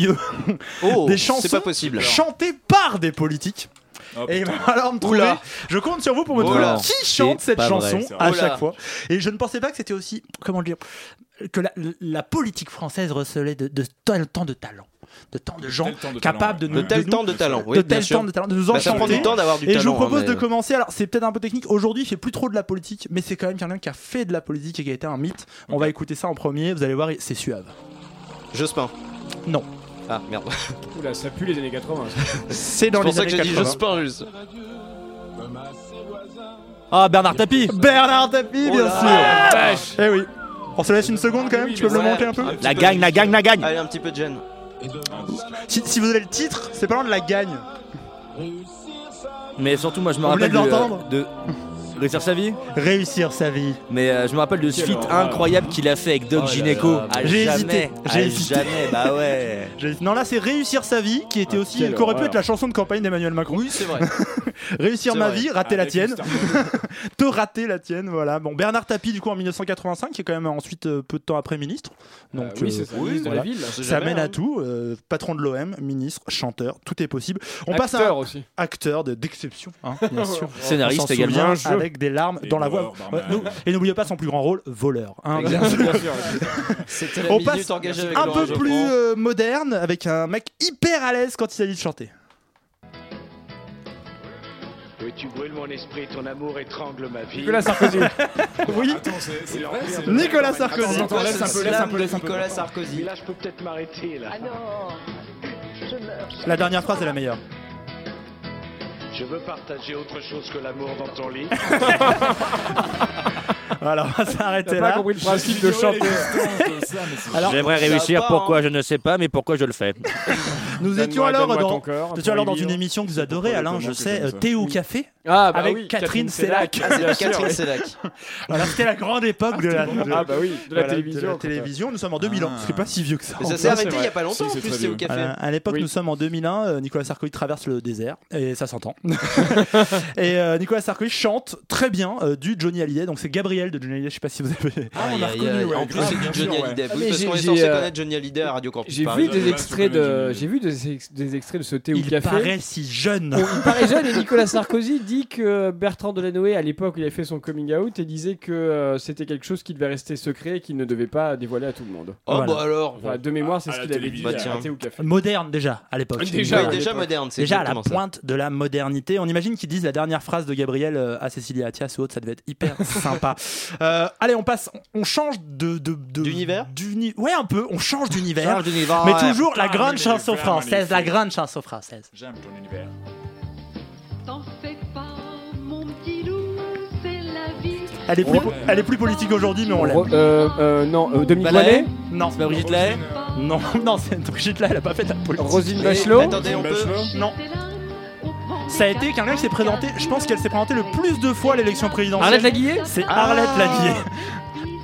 Speaker 2: mieux
Speaker 1: Oh,
Speaker 2: des
Speaker 1: c'est
Speaker 2: chansons
Speaker 1: pas possible.
Speaker 2: chantées par des politiques.
Speaker 13: Oh,
Speaker 2: et il va falloir me trouver.
Speaker 1: Oula.
Speaker 2: Je compte sur vous pour me
Speaker 1: Oh
Speaker 2: trouver
Speaker 1: là.
Speaker 2: qui
Speaker 1: C'est
Speaker 2: chante cette
Speaker 1: pas vrai,
Speaker 2: chanson
Speaker 1: c'est vrai.
Speaker 2: à
Speaker 1: Oula.
Speaker 2: chaque fois. Et je ne pensais pas que c'était aussi, comment dire, que la, la politique française recelait de, de tel temps de talent. De tant de gens
Speaker 1: temps de talent,
Speaker 2: capables de
Speaker 1: ouais.
Speaker 2: nous.
Speaker 1: De tel
Speaker 2: nous-
Speaker 1: temps de talent, oui,
Speaker 2: de
Speaker 1: bien
Speaker 2: tel
Speaker 1: sûr.
Speaker 2: temps de talent, de nous
Speaker 1: Bah, ça
Speaker 2: enchanter.
Speaker 1: prend du temps d'avoir du
Speaker 2: Et je vous
Speaker 1: talent, hein,
Speaker 2: propose
Speaker 1: mais-
Speaker 2: de commencer. Alors, c'est peut-être un peu technique. Aujourd'hui, il fait plus trop de la politique, mais c'est quand même quelqu'un qui a fait de la politique et qui a été un mythe. On va écouter ça en premier. Vous allez voir, c'est suave.
Speaker 1: Jospin.
Speaker 2: Non.
Speaker 1: Ah merde.
Speaker 10: Oula, ça pue les années 80.
Speaker 2: C'est dans
Speaker 1: pour
Speaker 2: les
Speaker 1: ça que
Speaker 2: années
Speaker 1: j'ai dit
Speaker 2: 80.
Speaker 1: Jospin juste.
Speaker 2: Ah, Bernard Tapie Bernard Tapie,
Speaker 1: Oh
Speaker 2: bien
Speaker 1: la
Speaker 2: sûr
Speaker 1: vache.
Speaker 2: Eh oui On se laisse une seconde quand même, tu peux me le monter un peu
Speaker 1: petit peu, juste. Allez, un petit peu de gêne.
Speaker 2: si, si vous avez le titre, c'est pas loin de la gagne
Speaker 11: Mais surtout, moi, je me
Speaker 2: Vous
Speaker 11: rappelle
Speaker 2: voulez de
Speaker 11: du,
Speaker 2: l'entendre
Speaker 11: euh, de réussir sa vie.
Speaker 2: Réussir sa vie.
Speaker 11: Mais euh, je me rappelle de ce
Speaker 2: Quel
Speaker 11: feat
Speaker 2: horreur.
Speaker 11: incroyable qu'il a fait avec Doc
Speaker 2: Oh là
Speaker 11: Gineco.
Speaker 2: là,
Speaker 11: À
Speaker 2: J'ai
Speaker 11: jamais,
Speaker 2: hésité,
Speaker 11: à
Speaker 2: j'ai hésité.
Speaker 11: Jamais, bah ouais.
Speaker 2: J'ai- Non, là c'est Réussir sa vie qui était aussi,
Speaker 11: quelle
Speaker 2: qui aurait pu
Speaker 11: horreur.
Speaker 2: être la chanson de campagne d'Emmanuel Macron. Oui,
Speaker 1: c'est vrai.
Speaker 2: Réussir
Speaker 11: C'est
Speaker 2: ma
Speaker 11: vrai.
Speaker 2: vie, rater la
Speaker 11: Avec une
Speaker 2: tienne. Te rater la tienne, voilà. Bon, Bernard Tapie, du coup, en 1985, qui est quand même ensuite euh, peu de temps après ministre. Donc, euh,
Speaker 10: oui, c'est ça, ministre de la ville, on sait
Speaker 2: Ça
Speaker 10: jamais,
Speaker 2: mène
Speaker 10: hein.
Speaker 2: à tout. euh, patron de l'OM, ministre, chanteur, tout est possible. On passe à.
Speaker 10: Acteur aussi.
Speaker 2: Acteur de- d'exception, hein, bien sûr.
Speaker 11: Scénariste
Speaker 2: On s'en
Speaker 11: également.
Speaker 2: souvient, Avec des larmes dans la voix. Ouais, nous- et n'oubliez pas son plus grand rôle, voleur. hein.
Speaker 1: C'était la
Speaker 2: On
Speaker 1: minute
Speaker 2: passe
Speaker 1: engagée avec
Speaker 2: un
Speaker 1: Laurent
Speaker 2: peu
Speaker 1: Geoffrin.
Speaker 2: plus euh, moderne avec un mec hyper à l'aise quand il s'agit de chanter.
Speaker 5: Oui, tu brûles mon esprit, ton amour étrangle ma vie.
Speaker 2: Nicolas Sarkozy. Oui.
Speaker 5: c'est vrai. c'est le-
Speaker 10: Ah,
Speaker 2: Nicolas Sarkozy.
Speaker 5: Attends, attends, laisse un peu, laisse un peu, laisse un peu.
Speaker 1: Nicolas Sarkozy.
Speaker 5: Mais là, je peux peut-être m'arrêter là.
Speaker 2: La dernière phrase est la meilleure.
Speaker 5: Je veux partager autre chose que l'amour dans ton lit.
Speaker 2: Alors, on va s'arrêter
Speaker 10: T'as pas
Speaker 2: là.
Speaker 10: compris le principe de chanter.
Speaker 2: Alors,
Speaker 11: J'aimerais
Speaker 2: ça
Speaker 11: réussir,
Speaker 2: va,
Speaker 11: pourquoi
Speaker 2: hein.
Speaker 11: je ne sais pas, mais pourquoi je le fais.
Speaker 2: Nous
Speaker 10: Donne-moi-
Speaker 2: étions alors
Speaker 10: donne-moi
Speaker 2: dans,
Speaker 10: ton cœur,
Speaker 2: nous étions
Speaker 10: ton
Speaker 2: alors dans
Speaker 10: livre.
Speaker 2: une émission que vous adorez, Alain, je
Speaker 10: que
Speaker 2: sais,
Speaker 10: j'aime
Speaker 2: euh,
Speaker 10: ça.
Speaker 2: Thé au café
Speaker 10: Ah, bah
Speaker 2: avec
Speaker 10: oui,
Speaker 2: Catherine
Speaker 10: Catherine
Speaker 2: Sellac.
Speaker 10: Sellac. Ah,
Speaker 1: c'est Catherine Sellac.
Speaker 2: Voilà, c'était la grande époque de la,
Speaker 10: Ah, bah oui, de la télévision,
Speaker 2: de la
Speaker 10: quoi.
Speaker 2: télévision. Nous sommes en 2000 ans, Ah. c'est pas si vieux que ça.
Speaker 1: Mais
Speaker 2: en
Speaker 1: ça s'est
Speaker 2: plus.
Speaker 1: arrêté il y a pas longtemps en plus, c'est au
Speaker 2: À,
Speaker 1: café.
Speaker 2: à l'époque, nous sommes en 2001. euh, Nicolas Sarkozy traverse le désert et ça s'entend. et euh, Nicolas Sarkozy chante très bien euh, du Johnny Hallyday. Donc c'est Gabriel de Johnny Hallyday. Je sais pas si vous avez.
Speaker 1: Ah, il y a- il y a- en plus, c'est du Johnny Hallyday. Oui,
Speaker 10: Mais
Speaker 1: parce
Speaker 10: j'ai-
Speaker 1: qu'on est
Speaker 10: j'ai,
Speaker 1: censé
Speaker 10: euh,
Speaker 1: connaître Johnny Hallyday à Radio Campus.
Speaker 10: J'ai
Speaker 1: Paris.
Speaker 10: vu des extraits de, j'ai vu des, ex- des extraits de ce thé au
Speaker 2: Il
Speaker 10: café.
Speaker 2: paraît si jeune.
Speaker 10: Bon, il paraît jeune et Nicolas Sarkozy dit que Bertrand Delanoë, à l'époque où il a fait son coming out, et disait que euh, c'était quelque chose qui devait rester secret et qu'il ne devait pas dévoiler à tout le monde.
Speaker 1: Oh, bah alors.
Speaker 10: Enfin, de mémoire, c'est
Speaker 1: À
Speaker 10: ce
Speaker 1: la
Speaker 10: qu'il avait dit
Speaker 1: télévision. Bah,
Speaker 10: à
Speaker 1: tiens.
Speaker 10: Thé au café.
Speaker 2: Moderne déjà à l'époque.
Speaker 10: Déjà,
Speaker 2: Oui,
Speaker 10: à
Speaker 1: Déjà
Speaker 10: l'époque.
Speaker 1: moderne, c'est
Speaker 2: Déjà à la
Speaker 1: exactement ça.
Speaker 2: pointe de la modernité. On imagine qu'ils disent la dernière phrase de Gabriel euh, à Cécilia Attias ou autre, ça devait être hyper sympa. Euh, allez, on passe, on change de. de- de-
Speaker 1: D'univers
Speaker 2: d'uni- Ouais, un peu, on change d'univers.
Speaker 1: Change d'univers,
Speaker 10: Ah
Speaker 2: Mais
Speaker 1: ouais.
Speaker 2: toujours la
Speaker 1: Putain,
Speaker 2: grande
Speaker 1: mais
Speaker 2: chanson
Speaker 1: l'univers
Speaker 2: française,
Speaker 1: magnifique.
Speaker 2: la grande chanson française.
Speaker 13: J'aime ton univers.
Speaker 16: T'en fais pas, mon petit loup, c'est la vie.
Speaker 2: Elle est plus, po- elle est plus politique aujourd'hui, mais on l'aime.
Speaker 10: Re- euh, euh, non, euh, Dominique
Speaker 2: Ballet
Speaker 10: Moinet
Speaker 2: Non. C'est pas Brigitte Lahaye Non, non, c'est Brigitte Lahaye, elle a pas fait de la politique.
Speaker 10: Rosine Bachelot
Speaker 1: Attendez, on peut.
Speaker 2: Non. Ça a été quelqu'un qui s'est présenté, je pense qu'elle s'est présentée le plus de fois à l'élection présidentielle.
Speaker 10: Arlette Laguillet
Speaker 2: C'est Arlette
Speaker 1: Ah.
Speaker 2: Laguillet.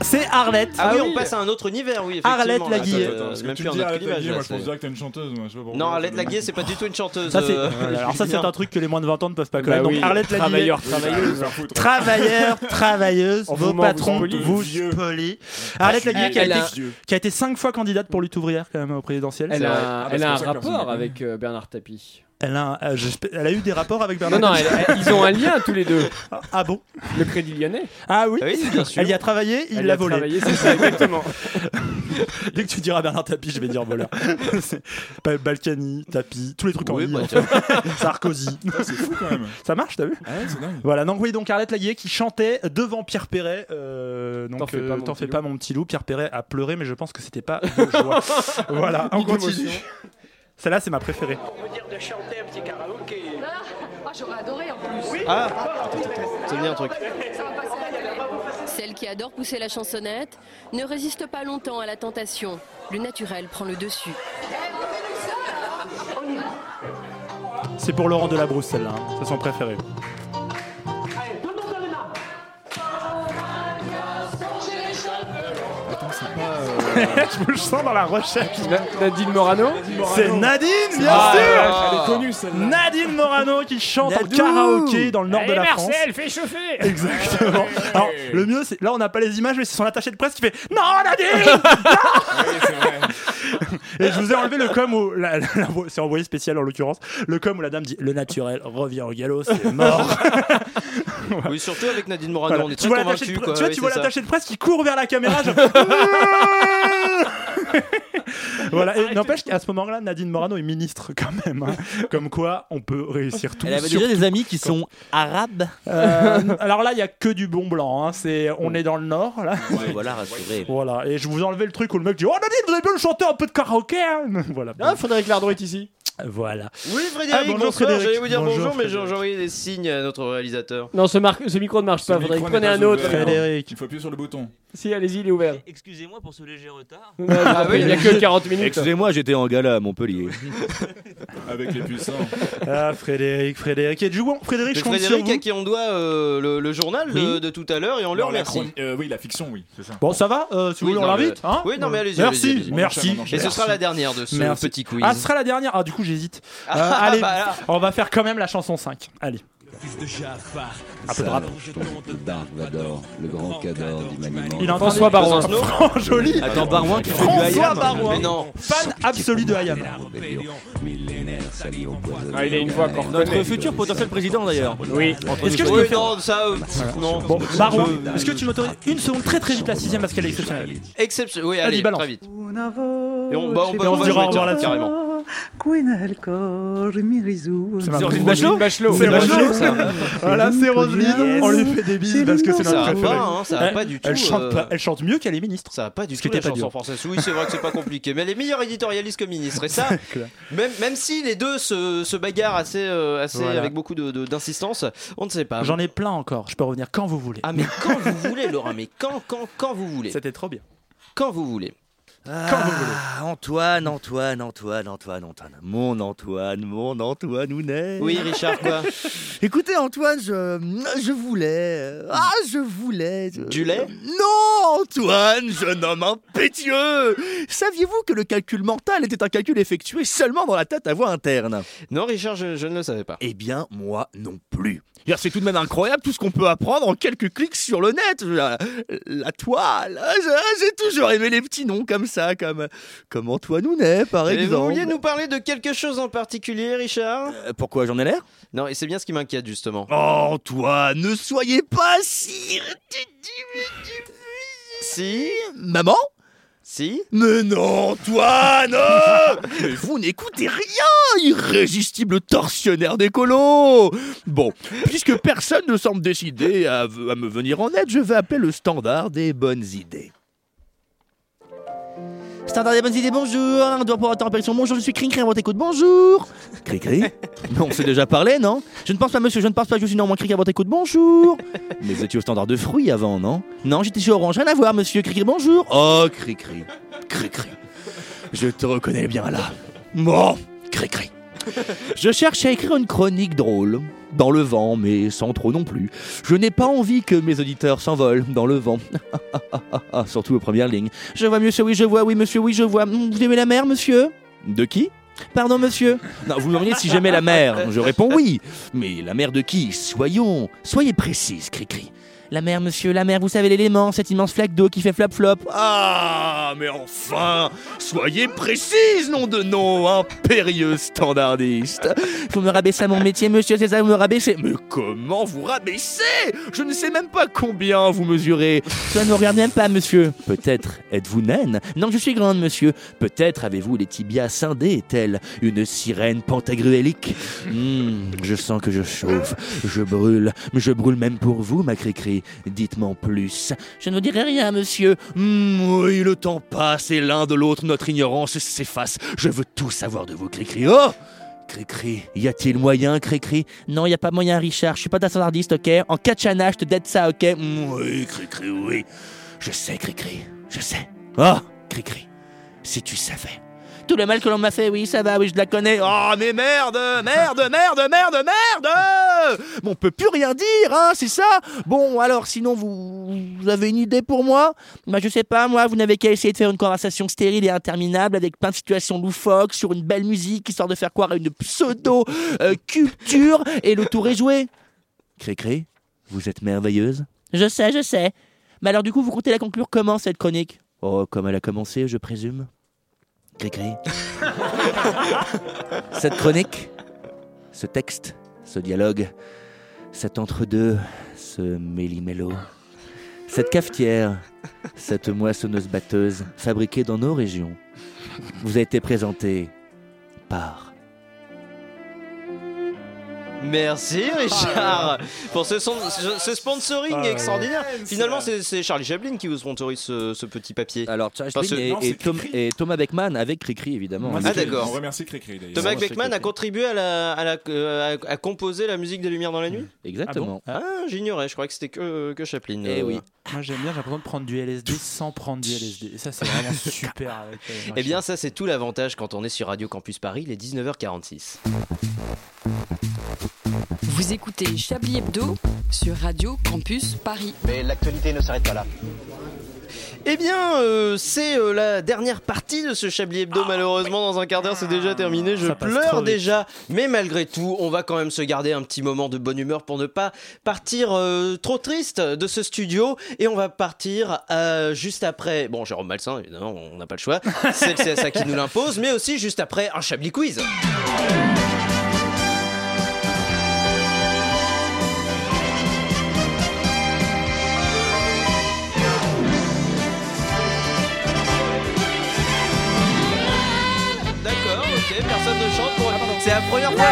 Speaker 2: C'est Arlette.
Speaker 1: Ah oui, on passe à un autre univers, oui. effectivement.
Speaker 2: Arlette Laguillet.
Speaker 1: Attends, attends,
Speaker 13: Parce
Speaker 1: C'est
Speaker 13: que
Speaker 1: même
Speaker 13: tu
Speaker 1: plus
Speaker 13: me
Speaker 1: un
Speaker 13: dis
Speaker 1: autre
Speaker 13: Arlette
Speaker 1: clivage.
Speaker 13: Laguier,
Speaker 1: là,
Speaker 13: moi je pense
Speaker 1: c'est-
Speaker 13: direct que t'es une chanteuse. moi, je sais pas pourquoi.
Speaker 1: Non, Arlette Laguier, c'est pas du tout une chanteuse.
Speaker 2: Ça, c'est-
Speaker 1: euh,
Speaker 2: Alors ça c'est un truc que les moins de 20 ans ne peuvent pas
Speaker 10: Bah
Speaker 2: connaître.
Speaker 10: oui,
Speaker 2: Donc Arlette Laguillet.
Speaker 10: travailleur, travailleuse.
Speaker 2: Travailleurs, travailleuses,
Speaker 10: En
Speaker 2: vos
Speaker 10: vous ment, vous
Speaker 2: patrons
Speaker 10: êtes polis.
Speaker 2: vous
Speaker 13: Vieux.
Speaker 2: polis. Arlette Laguillet qui a,
Speaker 10: Elle a-
Speaker 2: été, qui a été cinq fois candidate pour lutte ouvrière quand même au présidentiel.
Speaker 10: Elle
Speaker 2: C'est vrai.
Speaker 10: a,
Speaker 13: Ah, bah,
Speaker 10: elle
Speaker 13: c'est
Speaker 10: a un
Speaker 13: pour ça que personne
Speaker 10: rapport
Speaker 13: ne
Speaker 10: avec euh, Bernard Tapie.
Speaker 2: elle a, un- euh, j'espère- elle a eu des rapports avec
Speaker 10: Non,
Speaker 2: Bernard
Speaker 10: non, elle- elle- ils ont un lien tous les deux.
Speaker 2: Ah bon
Speaker 10: Le Crédit Lyonnais.
Speaker 2: Ah oui,
Speaker 10: Oui, bien sûr.
Speaker 2: Elle y a travaillé, il
Speaker 10: Elle y
Speaker 2: l'a
Speaker 10: a
Speaker 2: volé.
Speaker 10: travaillé, c'est ça, exactement.
Speaker 2: Dès que tu diras Bernard Tapie, je vais dire voleur. C'est- Ba- Balkany, Tapie, tous les trucs en
Speaker 13: Oui,
Speaker 2: I,
Speaker 13: bah,
Speaker 2: en
Speaker 13: tiens.
Speaker 2: fait. Sarkozy.
Speaker 13: Putain, c'est fou, Ah quand même.
Speaker 2: Ça marche, t'as vu Voilà, donc oui, donc Arlette Laguier qui chantait devant Pierre Perret. euh,
Speaker 13: T'en
Speaker 2: donc
Speaker 13: fais
Speaker 2: euh,
Speaker 13: pas, mon
Speaker 2: t'en
Speaker 13: petit
Speaker 2: fais
Speaker 13: loup.
Speaker 2: pas, mon petit loup. Pierre Perret a pleuré, mais je pense que c'était pas de joie. voilà, on
Speaker 13: Ni
Speaker 2: continue.
Speaker 13: d'émotion.
Speaker 2: Celle-là, c'est ma préférée.
Speaker 16: de chanter un petit karaoké. Ah, ah, j'aurais adoré en plus.
Speaker 1: Ah, ça me dit un truc.
Speaker 16: Ça va passer à la télé.
Speaker 8: Celle qui adore pousser la chansonnette ne résiste pas longtemps à la tentation. Le naturel prend le dessus.
Speaker 2: C'est pour Laurent Delabrousse, celle-là. hein. C'est son préféré. Je me sens dans la recherche.
Speaker 10: Nadine Morano
Speaker 2: C'est Nadine, bien
Speaker 10: Ah,
Speaker 2: sûr
Speaker 10: ouais, elle est connue, celle-là.
Speaker 2: Nadine Morano qui chante
Speaker 10: Nadou
Speaker 2: en karaoké dans le nord
Speaker 10: Allez,
Speaker 2: de la
Speaker 10: Marcel,
Speaker 2: France.
Speaker 10: fais chauffer
Speaker 2: Exactement. Alors, le mieux, c'est. Là, on n'a pas les images, mais c'est son attaché de presse qui fait Non, Nadine Et je vous ai enlevé le com où. la- la- la voix- c'est envoyé spécial en l'occurrence. Le com où la dame dit Le naturel revient au galop, c'est mort.
Speaker 1: Oui, surtout avec Nadine Morano,
Speaker 2: Voilà.
Speaker 1: on est
Speaker 2: Tu
Speaker 1: très
Speaker 2: vois l'attaché de
Speaker 1: convaincus.
Speaker 2: pre-
Speaker 1: quoi,
Speaker 2: tu vois,
Speaker 1: oui,
Speaker 2: tu vois
Speaker 1: c'est ça.
Speaker 2: l'attaché de presse qui court vers la caméra. genre, voilà.
Speaker 1: Ah,
Speaker 2: Et n'empêche qu'à ce moment-là, Nadine Morano est ministre quand même. hein. Comme quoi, on peut réussir tout.
Speaker 11: Elle avait
Speaker 2: surtout
Speaker 11: déjà des amis qui
Speaker 2: quand-
Speaker 11: sont arabes.
Speaker 2: Euh, alors là, il y a que du bon blanc. hein. C'est,
Speaker 1: Mm.
Speaker 2: on est dans le nord là.
Speaker 11: voilà, rassuré.
Speaker 2: Voilà, et je vous enlevais le truc où le mec dit Oh Nadine, vous avez bien le chanter un peu de karaoké hein. Voilà.
Speaker 10: Ah, Frédéric Lardon est ici.
Speaker 2: Voilà.
Speaker 1: Oui, Frédéric,
Speaker 2: Ah, bonjour,
Speaker 1: bonsoir.
Speaker 2: Frédéric.
Speaker 1: J'allais vous dire bonjour,
Speaker 2: Bonjour,
Speaker 1: mais j'ai j'ai envoyé des signes à notre réalisateur.
Speaker 10: Non, ce, mar- ce micro ne marche pas, Frédéric. Prenez un autre.
Speaker 13: Il faut appuyer sur le bouton.
Speaker 10: Si, allez-y, il est ouvert.
Speaker 19: Eh, Excusez-moi pour ce léger retard.
Speaker 10: Ah oui, il n'y a que 40 minutes.
Speaker 11: Excusez-moi, j'étais en gala à Montpellier.
Speaker 13: Avec les puissants.
Speaker 2: Ah, Frédéric, Frédéric. Et du coup, Frédéric,
Speaker 1: Le
Speaker 2: je compte sur
Speaker 1: Frédéric
Speaker 2: vous.
Speaker 1: à qui on doit euh, le, le journal
Speaker 2: Oui.
Speaker 1: euh, de tout à l'heure et on le
Speaker 13: Non, la
Speaker 1: remercie.
Speaker 13: chroni- euh, oui, la fiction, oui, c'est ça.
Speaker 2: Bon, ça va Euh, Si vous
Speaker 1: Oui,
Speaker 2: voulez, on
Speaker 1: non,
Speaker 2: l'invite
Speaker 1: mais-
Speaker 2: hein
Speaker 1: Oui, non, mais allez-y,
Speaker 2: Merci,
Speaker 1: allez-y, allez-y.
Speaker 2: merci.
Speaker 1: Et ce sera la dernière de ce
Speaker 2: Merci.
Speaker 1: petit quiz.
Speaker 2: Ah, ce sera la dernière. Ah, du coup, j'hésite. Euh,
Speaker 1: Ah,
Speaker 2: allez,
Speaker 1: bah là.
Speaker 2: on va faire quand même la chanson 5. Allez. Un peu de rap.
Speaker 20: Le Dark Vador, le grand cador d'Imaniman.
Speaker 2: Il est en train de- François Joli.
Speaker 11: Attends, Barouin qui fait du
Speaker 2: François
Speaker 11: Hayam.
Speaker 2: Barouin.
Speaker 11: Mais non.
Speaker 2: Fan absolu de Hayam.
Speaker 11: Ah, il a une voix qu'on Notre futur potentiel président d'ailleurs.
Speaker 10: Oui.
Speaker 1: Est-ce que je peux faire ça euh, pff, Non.
Speaker 2: Bon, Barouin, est-ce que tu m'autorises une seconde très très vite la sixième parce qu'elle est exceptionnelle
Speaker 1: Exception. Oui,
Speaker 2: Vas-y,
Speaker 1: allez,
Speaker 2: balance.
Speaker 1: très vite. Et on, bah, on,
Speaker 2: Et on se
Speaker 1: va jouer
Speaker 2: dira au revoir
Speaker 1: tiens,
Speaker 2: là-dessus.
Speaker 1: carrément.
Speaker 2: C'est
Speaker 1: Roselyne
Speaker 2: ma préférée.
Speaker 1: Bachelot Bachelot.
Speaker 2: C'est
Speaker 1: C'est
Speaker 2: Roselyne.
Speaker 1: Bachelot, ça.
Speaker 2: Voilà, c'est Roselyne. On lui fait des bises parce que c'est
Speaker 1: Ça
Speaker 2: notre
Speaker 1: va
Speaker 2: préférée.
Speaker 1: pas, hein, ça va
Speaker 2: Elle-
Speaker 1: pas du
Speaker 2: Eh, Elle
Speaker 1: tout,
Speaker 2: chante
Speaker 1: euh,
Speaker 2: pas- elle chante mieux qu'elle est ministre.
Speaker 1: Ça va pas du
Speaker 2: Ce qui
Speaker 1: tout la
Speaker 2: était pas
Speaker 1: chanson
Speaker 2: dur.
Speaker 1: française. Oui, c'est vrai que c'est pas compliqué, mais elle est meilleure éditorialiste que ministre. Et ça,
Speaker 2: clair.
Speaker 1: même, même si les deux se, se bagarrent assez, euh, assez
Speaker 2: Voilà.
Speaker 1: avec beaucoup de- de- d'insistance, on ne sait pas.
Speaker 2: J'en ai plein encore. Je peux revenir quand vous voulez.
Speaker 1: Ah mais quand vous voulez, Laura, mais quand, quand, quand vous voulez.
Speaker 2: C'était trop bien.
Speaker 1: Quand vous voulez.
Speaker 11: Ah, Antoine, Antoine, Antoine, Antoine, Antoine. Mon Antoine, mon Antoine Ounet.
Speaker 1: Oui, Richard, quoi
Speaker 20: Écoutez, Antoine, je, je voulais. euh, Ah, je voulais. je-
Speaker 1: Du lait
Speaker 20: Non, Antoine, jeune homme impétueux Saviez-vous que le calcul mental était un calcul effectué seulement dans la tête à voix interne
Speaker 1: Non, Richard, je, je ne le savais pas.
Speaker 20: Eh bien, moi non plus. D'ailleurs, C'est tout de même incroyable tout ce qu'on peut apprendre en quelques clics sur le net. La, la toile. Ah, j'ai- ah, J'ai toujours aimé les petits noms comme ça, comme, comme Antoine Ounet, par
Speaker 1: Et
Speaker 20: exemple. Euh,
Speaker 1: vous
Speaker 2: hein.
Speaker 1: vouliez nous parler de quelque chose en particulier, Richard
Speaker 11: Pourquoi j'en ai l'air
Speaker 1: Non, et c'est bien ce qui m'inquiète, justement.
Speaker 2: Ah.
Speaker 20: Oh, Antoine, ne soyez pas si.
Speaker 1: Si
Speaker 20: Maman
Speaker 1: Si
Speaker 20: Mais non, Antoine euh, mais Vous n'écoutez rien, irrésistible tortionnaire des colos Bon, puisque personne ne semble décidé à, v- à me venir en aide, je vais appeler le standard des bonnes idées.
Speaker 11: Standard des bonnes idées, bonjour. Un doigt pour interpellation, bonjour. Je suis Crincrin, votre écoute, bonjour. Cricri Non, on s'est déjà parlé, non Je ne pense pas, monsieur, je ne pense pas, je suis néanmoins Cricri à votre écoute, bonjour. Mais vous étiez au standard de fruits avant, non Non, j'étais chez Orange, rien à voir, monsieur. Cricri, bonjour.
Speaker 20: Oh, Cricri, Cricri, je te reconnais bien là. Bon, Cricri.
Speaker 11: Je cherche à écrire une chronique drôle, dans le vent, mais sans trop non plus. Je n'ai pas envie que mes auditeurs s'envolent dans le vent. Surtout aux premières lignes. Je vois, monsieur, oui, je vois, oui, monsieur, oui, je vois. Hmm, Vous aimez la mer, monsieur De qui Pardon, monsieur Non, vous me demandez si j'aimais la mer. Je réponds oui. Mais la mer de qui Soyons, soyez précise, Cricri. La mer, monsieur, la mer, vous savez l'élément, cette immense flaque d'eau qui fait flap-flop.
Speaker 20: Ah, mais enfin Soyez précise, nom de nom, impérieux standardiste
Speaker 11: Vous me rabaissez à mon métier, monsieur, c'est ça, vous me rabaissez.
Speaker 20: Mais comment vous rabaissez Je ne sais même pas combien vous mesurez
Speaker 11: Ça ne regarde même pas, monsieur. Peut-être êtes-vous naine Non, je suis grande, monsieur. Peut-être avez-vous les tibias scindés, telle une sirène pantagruélique. Hmm, je sens que je chauffe, je brûle, mais je brûle même pour vous, ma cri Dites-m'en plus.
Speaker 20: Je ne vous dirai rien, monsieur. Hmm, oui, le temps passe et l'un de l'autre, notre ignorance s'efface. Je veux tout savoir de vous, Cricri. Oh Cricri,
Speaker 11: Y a-t-il moyen, Cricri Non, y a pas moyen, Richard. Je suis pas ta standardiste, ok En katchana, je te dette ça, ok
Speaker 20: Hmm, Oui, Cricri, oui. Je sais, Cricri, je sais. Ah,
Speaker 11: Oh Cricri, si tu savais.
Speaker 20: Tout le mal que l'on m'a fait, oui, ça va, oui, je la connais. Oh, mais merde, merde, merde, merde, merde
Speaker 11: hein
Speaker 20: Bon, on peut plus rien dire, hein, c'est ça
Speaker 11: Bon, alors, sinon, vous, vous avez une idée pour moi Bah, je sais pas, moi, vous n'avez qu'à essayer de faire une conversation stérile et interminable avec plein de situations loufoques sur une belle musique, histoire de faire croire à une pseudo-culture, et le tour est joué. Cricri, vous êtes merveilleuse Je sais, je sais. Mais alors, du coup, vous comptez la conclure comment, cette chronique Oh, comme elle a commencé, je présume. Cricri. Cette chronique, ce texte, ce dialogue, cet entre-deux, ce méli-mélo, cette cafetière, cette moissonneuse batteuse fabriquée dans nos régions, vous a été présentée par
Speaker 1: Merci Richard pour ce, son- ce- ce sponsoring
Speaker 11: Ah ouais.
Speaker 1: extraordinaire. Finalement, c'est c'est Charlie Chaplin qui vous sponsorise ce, ce petit papier.
Speaker 11: Alors, Charlie Chaplin et, et Tom- et Thomas Beckman avec Cricri évidemment.
Speaker 1: Ah d'accord.
Speaker 13: On remercie Cricri d'ailleurs.
Speaker 1: Thomas Beckman a contribué à, la- à la- euh, à- à composer la musique des Lumières dans la
Speaker 11: Mm.
Speaker 1: nuit
Speaker 11: Exactement.
Speaker 1: Ah, j'ignorais, je crois que c'était que, que Chaplin.
Speaker 2: Et
Speaker 11: Eh
Speaker 1: euh,
Speaker 2: Moi j'aime bien, j'ai l'impression de prendre du LSD sans prendre du LSD. Et ça c'est vraiment super avec. euh,
Speaker 1: Eh bien, ça, c'est tout l'avantage quand on est sur Radio Campus Paris, les 19h46.
Speaker 21: Vous écoutez Chablis Hebdo sur Radio Campus Paris. Mais l'actualité ne s'arrête pas là.
Speaker 1: Eh bien, euh, c'est euh, la dernière partie de ce Chablis Hebdo. Malheureusement, dans un quart d'heure, c'est déjà terminé. Je
Speaker 2: passe trop
Speaker 1: pleure
Speaker 2: vite.
Speaker 1: déjà. Mais malgré tout, on va quand même se garder un petit moment de bonne humeur pour ne pas partir euh, trop triste de ce studio. Et on va partir euh, juste après. Bon, Jérôme Malsain, évidemment, on n'a pas le choix. C'est le CSA qui nous l'impose. Mais aussi juste après un Chablis Quiz. D'accord, ok, personne ne chante pour. C'est la première fois.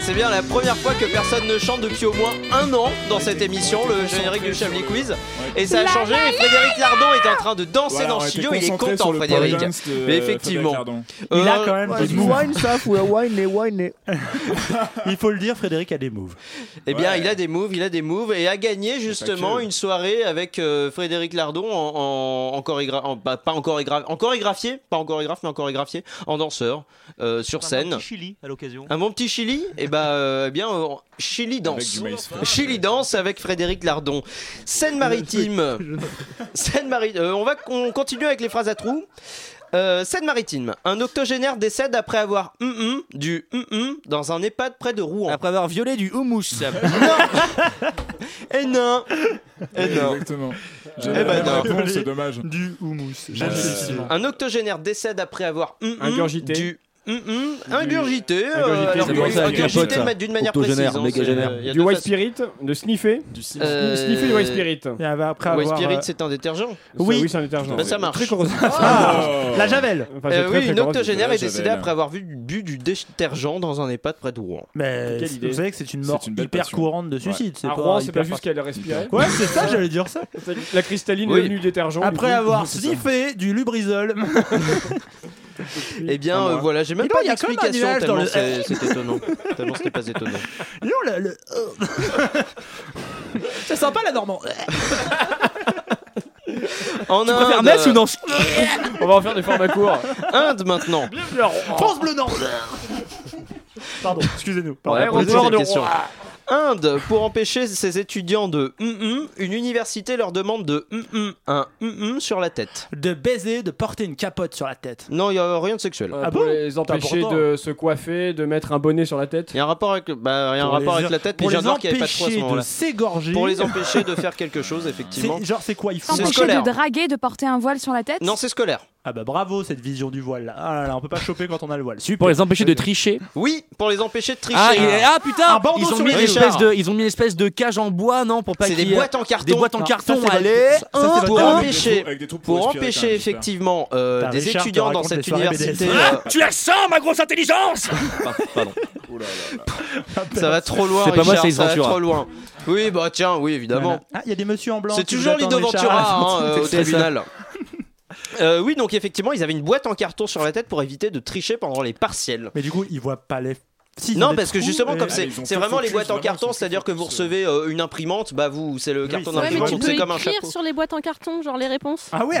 Speaker 1: C'est bien la première fois que personne ne chante depuis au moins un an dans cette émission, le générique du Chablis Quiz. Et ça a
Speaker 5: La
Speaker 1: changé.
Speaker 5: la
Speaker 1: Et Frédéric Lardon est en train de danser
Speaker 13: Voilà,
Speaker 1: dans
Speaker 13: on
Speaker 1: le
Speaker 13: était
Speaker 1: studio. Il est
Speaker 13: concentré
Speaker 1: content,
Speaker 13: sur le
Speaker 1: Frédéric.
Speaker 13: pole dance de,
Speaker 1: Mais
Speaker 13: euh,
Speaker 1: effectivement.
Speaker 13: Frédéric Lardon.
Speaker 1: Euh,
Speaker 2: Il a quand même des moves.
Speaker 11: ça, faut wine et wine
Speaker 2: Il faut le dire, Frédéric a des moves.
Speaker 1: Eh bien, il a des moves, il a des moves et a gagné justement une soirée avec euh, Frédéric Lardon en, en, en chorégra- en- bah, pas en chorégra- en chorégraphié, pas en chorégraphe, mais en chorégraphié, en danseur euh, sur scène.
Speaker 19: petit chili à l'occasion.
Speaker 1: Un bon petit Chili Et bah, euh, eh bien, euh, Chili danse.
Speaker 19: du maïs.
Speaker 1: Ah. Chili danse avec Frédéric Lardon. Seine-Maritime. Seine-Maritime. euh, on va on continue avec les phrases à trous. Euh, Seine-Maritime. Un octogénaire décède après avoir hum hum du hum hum dans un EHPAD près de Rouen. Après avoir violé du houmous. Eh non Et non Et non
Speaker 13: Exactement.
Speaker 1: Eh ben non.
Speaker 13: c'est dommage.
Speaker 2: Du houmous.
Speaker 13: J'aime
Speaker 10: Euh,
Speaker 13: effectivement.
Speaker 1: Un octogénaire décède après avoir hum, hum
Speaker 10: Ingurgité.
Speaker 1: du hum, hum, ingurgité. euh,
Speaker 10: Ingurgité,
Speaker 1: alors
Speaker 10: c'est
Speaker 1: que
Speaker 10: bon, ça,
Speaker 1: ingurgité,
Speaker 10: capote, ça.
Speaker 1: mais d'une manière précise.
Speaker 10: Octogénaire,
Speaker 1: hein,
Speaker 10: mégagénaire.
Speaker 1: c'est- il y a
Speaker 10: Du
Speaker 1: deux
Speaker 10: white
Speaker 1: façons.
Speaker 10: spirit, de sniffer. Du
Speaker 1: Euh,
Speaker 10: Sniffer du white spirit.
Speaker 1: Et
Speaker 2: après
Speaker 1: White
Speaker 2: avoir,
Speaker 1: Spirit,
Speaker 2: euh,
Speaker 1: c'est un détergent
Speaker 10: Oui. oui, c'est un détergent.
Speaker 1: Bah, ça
Speaker 10: Oui.
Speaker 1: marche.
Speaker 10: Très corrosif.
Speaker 2: Ah, La javel.
Speaker 10: Enfin,
Speaker 1: Euh,
Speaker 10: c'est très,
Speaker 1: oui,
Speaker 10: très
Speaker 1: une
Speaker 10: corrosif.
Speaker 1: octogénaire
Speaker 10: La
Speaker 1: est décédée
Speaker 10: javel.
Speaker 1: après avoir vu- bu du détergent dans un EHPAD près de Rouen.
Speaker 2: Mais
Speaker 1: Quelle idée.
Speaker 2: vous savez que c'est une
Speaker 1: C'est
Speaker 2: mort
Speaker 1: une belle
Speaker 2: hyper
Speaker 1: passion.
Speaker 2: courante de suicide.
Speaker 1: Ouais.
Speaker 2: C'est
Speaker 1: À
Speaker 2: pas
Speaker 1: Rouen, c'est
Speaker 2: hyper
Speaker 1: pas juste
Speaker 2: fa-
Speaker 1: qu'elle respirait.
Speaker 2: Ouais, c'est ça, j'allais dire ça.
Speaker 10: La cristalline
Speaker 1: Oui.
Speaker 10: est devenue détergent.
Speaker 2: Après
Speaker 10: du coup.
Speaker 2: avoir
Speaker 10: C'est ça.
Speaker 2: sniffé du lubrizol.
Speaker 1: Eh bien,
Speaker 2: Ah,
Speaker 1: euh,
Speaker 2: moi.
Speaker 1: voilà, j'ai même
Speaker 2: Dis
Speaker 1: pas
Speaker 2: donc, il y a quand même un
Speaker 1: d'explication
Speaker 2: nuage dans
Speaker 1: tellement
Speaker 2: le-
Speaker 1: c'est c'est étonnant. Tellement c'était pas étonnant.
Speaker 2: Non, le- oh. le- C'est sympa la Normande.
Speaker 1: En
Speaker 2: Tu préfères
Speaker 1: Inde,
Speaker 2: Metz ou
Speaker 1: euh,
Speaker 2: Nancy
Speaker 10: On va en faire des formats courts.
Speaker 1: Inde maintenant.
Speaker 2: France bleu Nord. Pardon, excusez-nous.
Speaker 1: On
Speaker 2: Pardon.
Speaker 1: a posé cette question. Inde, pour empêcher ses étudiants de hum-hum, une université leur demande de hum-hum, un hum-hum sur la tête.
Speaker 2: De baiser, de porter une capote sur la tête.
Speaker 1: Non, il n'y a rien de sexuel.
Speaker 10: Ah pour les empêcher de se coiffer, de mettre un bonnet sur la tête.
Speaker 1: Il y a un rapport avec, bah, il y a un
Speaker 10: Pour
Speaker 1: rapport
Speaker 10: les
Speaker 1: avec la tête,
Speaker 10: pour
Speaker 1: mais j'ai
Speaker 10: les
Speaker 1: qu'il n'y avait pas de trou à ce
Speaker 10: empêcher de
Speaker 1: moment-là.
Speaker 2: s'égorger.
Speaker 1: Pour les empêcher de faire quelque chose, effectivement.
Speaker 2: C'est- genre, c'est quoi, il faut-
Speaker 1: C'est
Speaker 22: Empêcher
Speaker 1: scolaire.
Speaker 22: de draguer, de porter un voile sur la tête
Speaker 1: Non, c'est scolaire.
Speaker 2: Ah bah bravo cette vision du voile là. Ah là là, on peut pas choper quand on a le voile. Super.
Speaker 11: Pour les empêcher de tricher.
Speaker 1: Oui, pour les empêcher de tricher.
Speaker 11: Ah, il est- ah, putain
Speaker 2: Un bandeau
Speaker 11: ils, ont
Speaker 2: sur
Speaker 11: mis
Speaker 2: le
Speaker 11: une
Speaker 2: char.
Speaker 11: espèce de, ils ont mis une espèce de cage en bois, non pour pas
Speaker 1: C'est des
Speaker 11: qu'il y ait-
Speaker 1: boîtes en carton.
Speaker 11: Des boîtes en
Speaker 1: Non,
Speaker 11: carton,
Speaker 1: ça, c'est
Speaker 11: allez
Speaker 1: votre- ça, c'est
Speaker 11: hein,
Speaker 1: votre-
Speaker 11: hein.
Speaker 1: Avec des trous- avec des trous pour
Speaker 11: Pour
Speaker 1: empêcher, effectivement euh,
Speaker 11: Putain,
Speaker 1: des
Speaker 11: Richard te
Speaker 1: étudiants dans
Speaker 11: raconte
Speaker 1: cette
Speaker 11: des soirées
Speaker 1: université.
Speaker 11: BDSM.
Speaker 1: euh,
Speaker 20: Tu la sens, ma grosse intelligence
Speaker 1: Pardon. euh, Ça va trop loin,
Speaker 11: C'est pas moi,
Speaker 1: Richard,
Speaker 11: c'est
Speaker 1: ça va
Speaker 11: Ventura.
Speaker 1: trop loin. Oui, bah tiens, oui, évidemment.
Speaker 2: Ah, il y a des messieurs en blanc.
Speaker 1: C'est
Speaker 2: qui vous
Speaker 1: toujours
Speaker 2: attendent,
Speaker 1: Lido
Speaker 2: Richard.
Speaker 1: Ventura hein, euh, au
Speaker 2: C'est ça.
Speaker 1: tribunal. Euh, oui, donc effectivement, ils avaient une boîte en carton sur la tête pour éviter de tricher pendant les partiels.
Speaker 2: Mais du coup, ils voient pas les. Si, ils ont
Speaker 1: non,
Speaker 2: des
Speaker 1: parce que
Speaker 2: trous,
Speaker 1: justement,
Speaker 2: mais-
Speaker 1: comme c'est c'est vraiment les boîtes en carton, c'est-à-dire que vous recevez euh, une imprimante, bah vous, c'est le carton
Speaker 23: Ouais, mais
Speaker 1: d'imprimante,
Speaker 23: tu
Speaker 1: donc
Speaker 23: peux
Speaker 1: c'est comme un
Speaker 23: écrire
Speaker 1: chapeau.
Speaker 23: sur les boîtes en carton, genre les réponses.
Speaker 2: ah
Speaker 1: Bah, oui,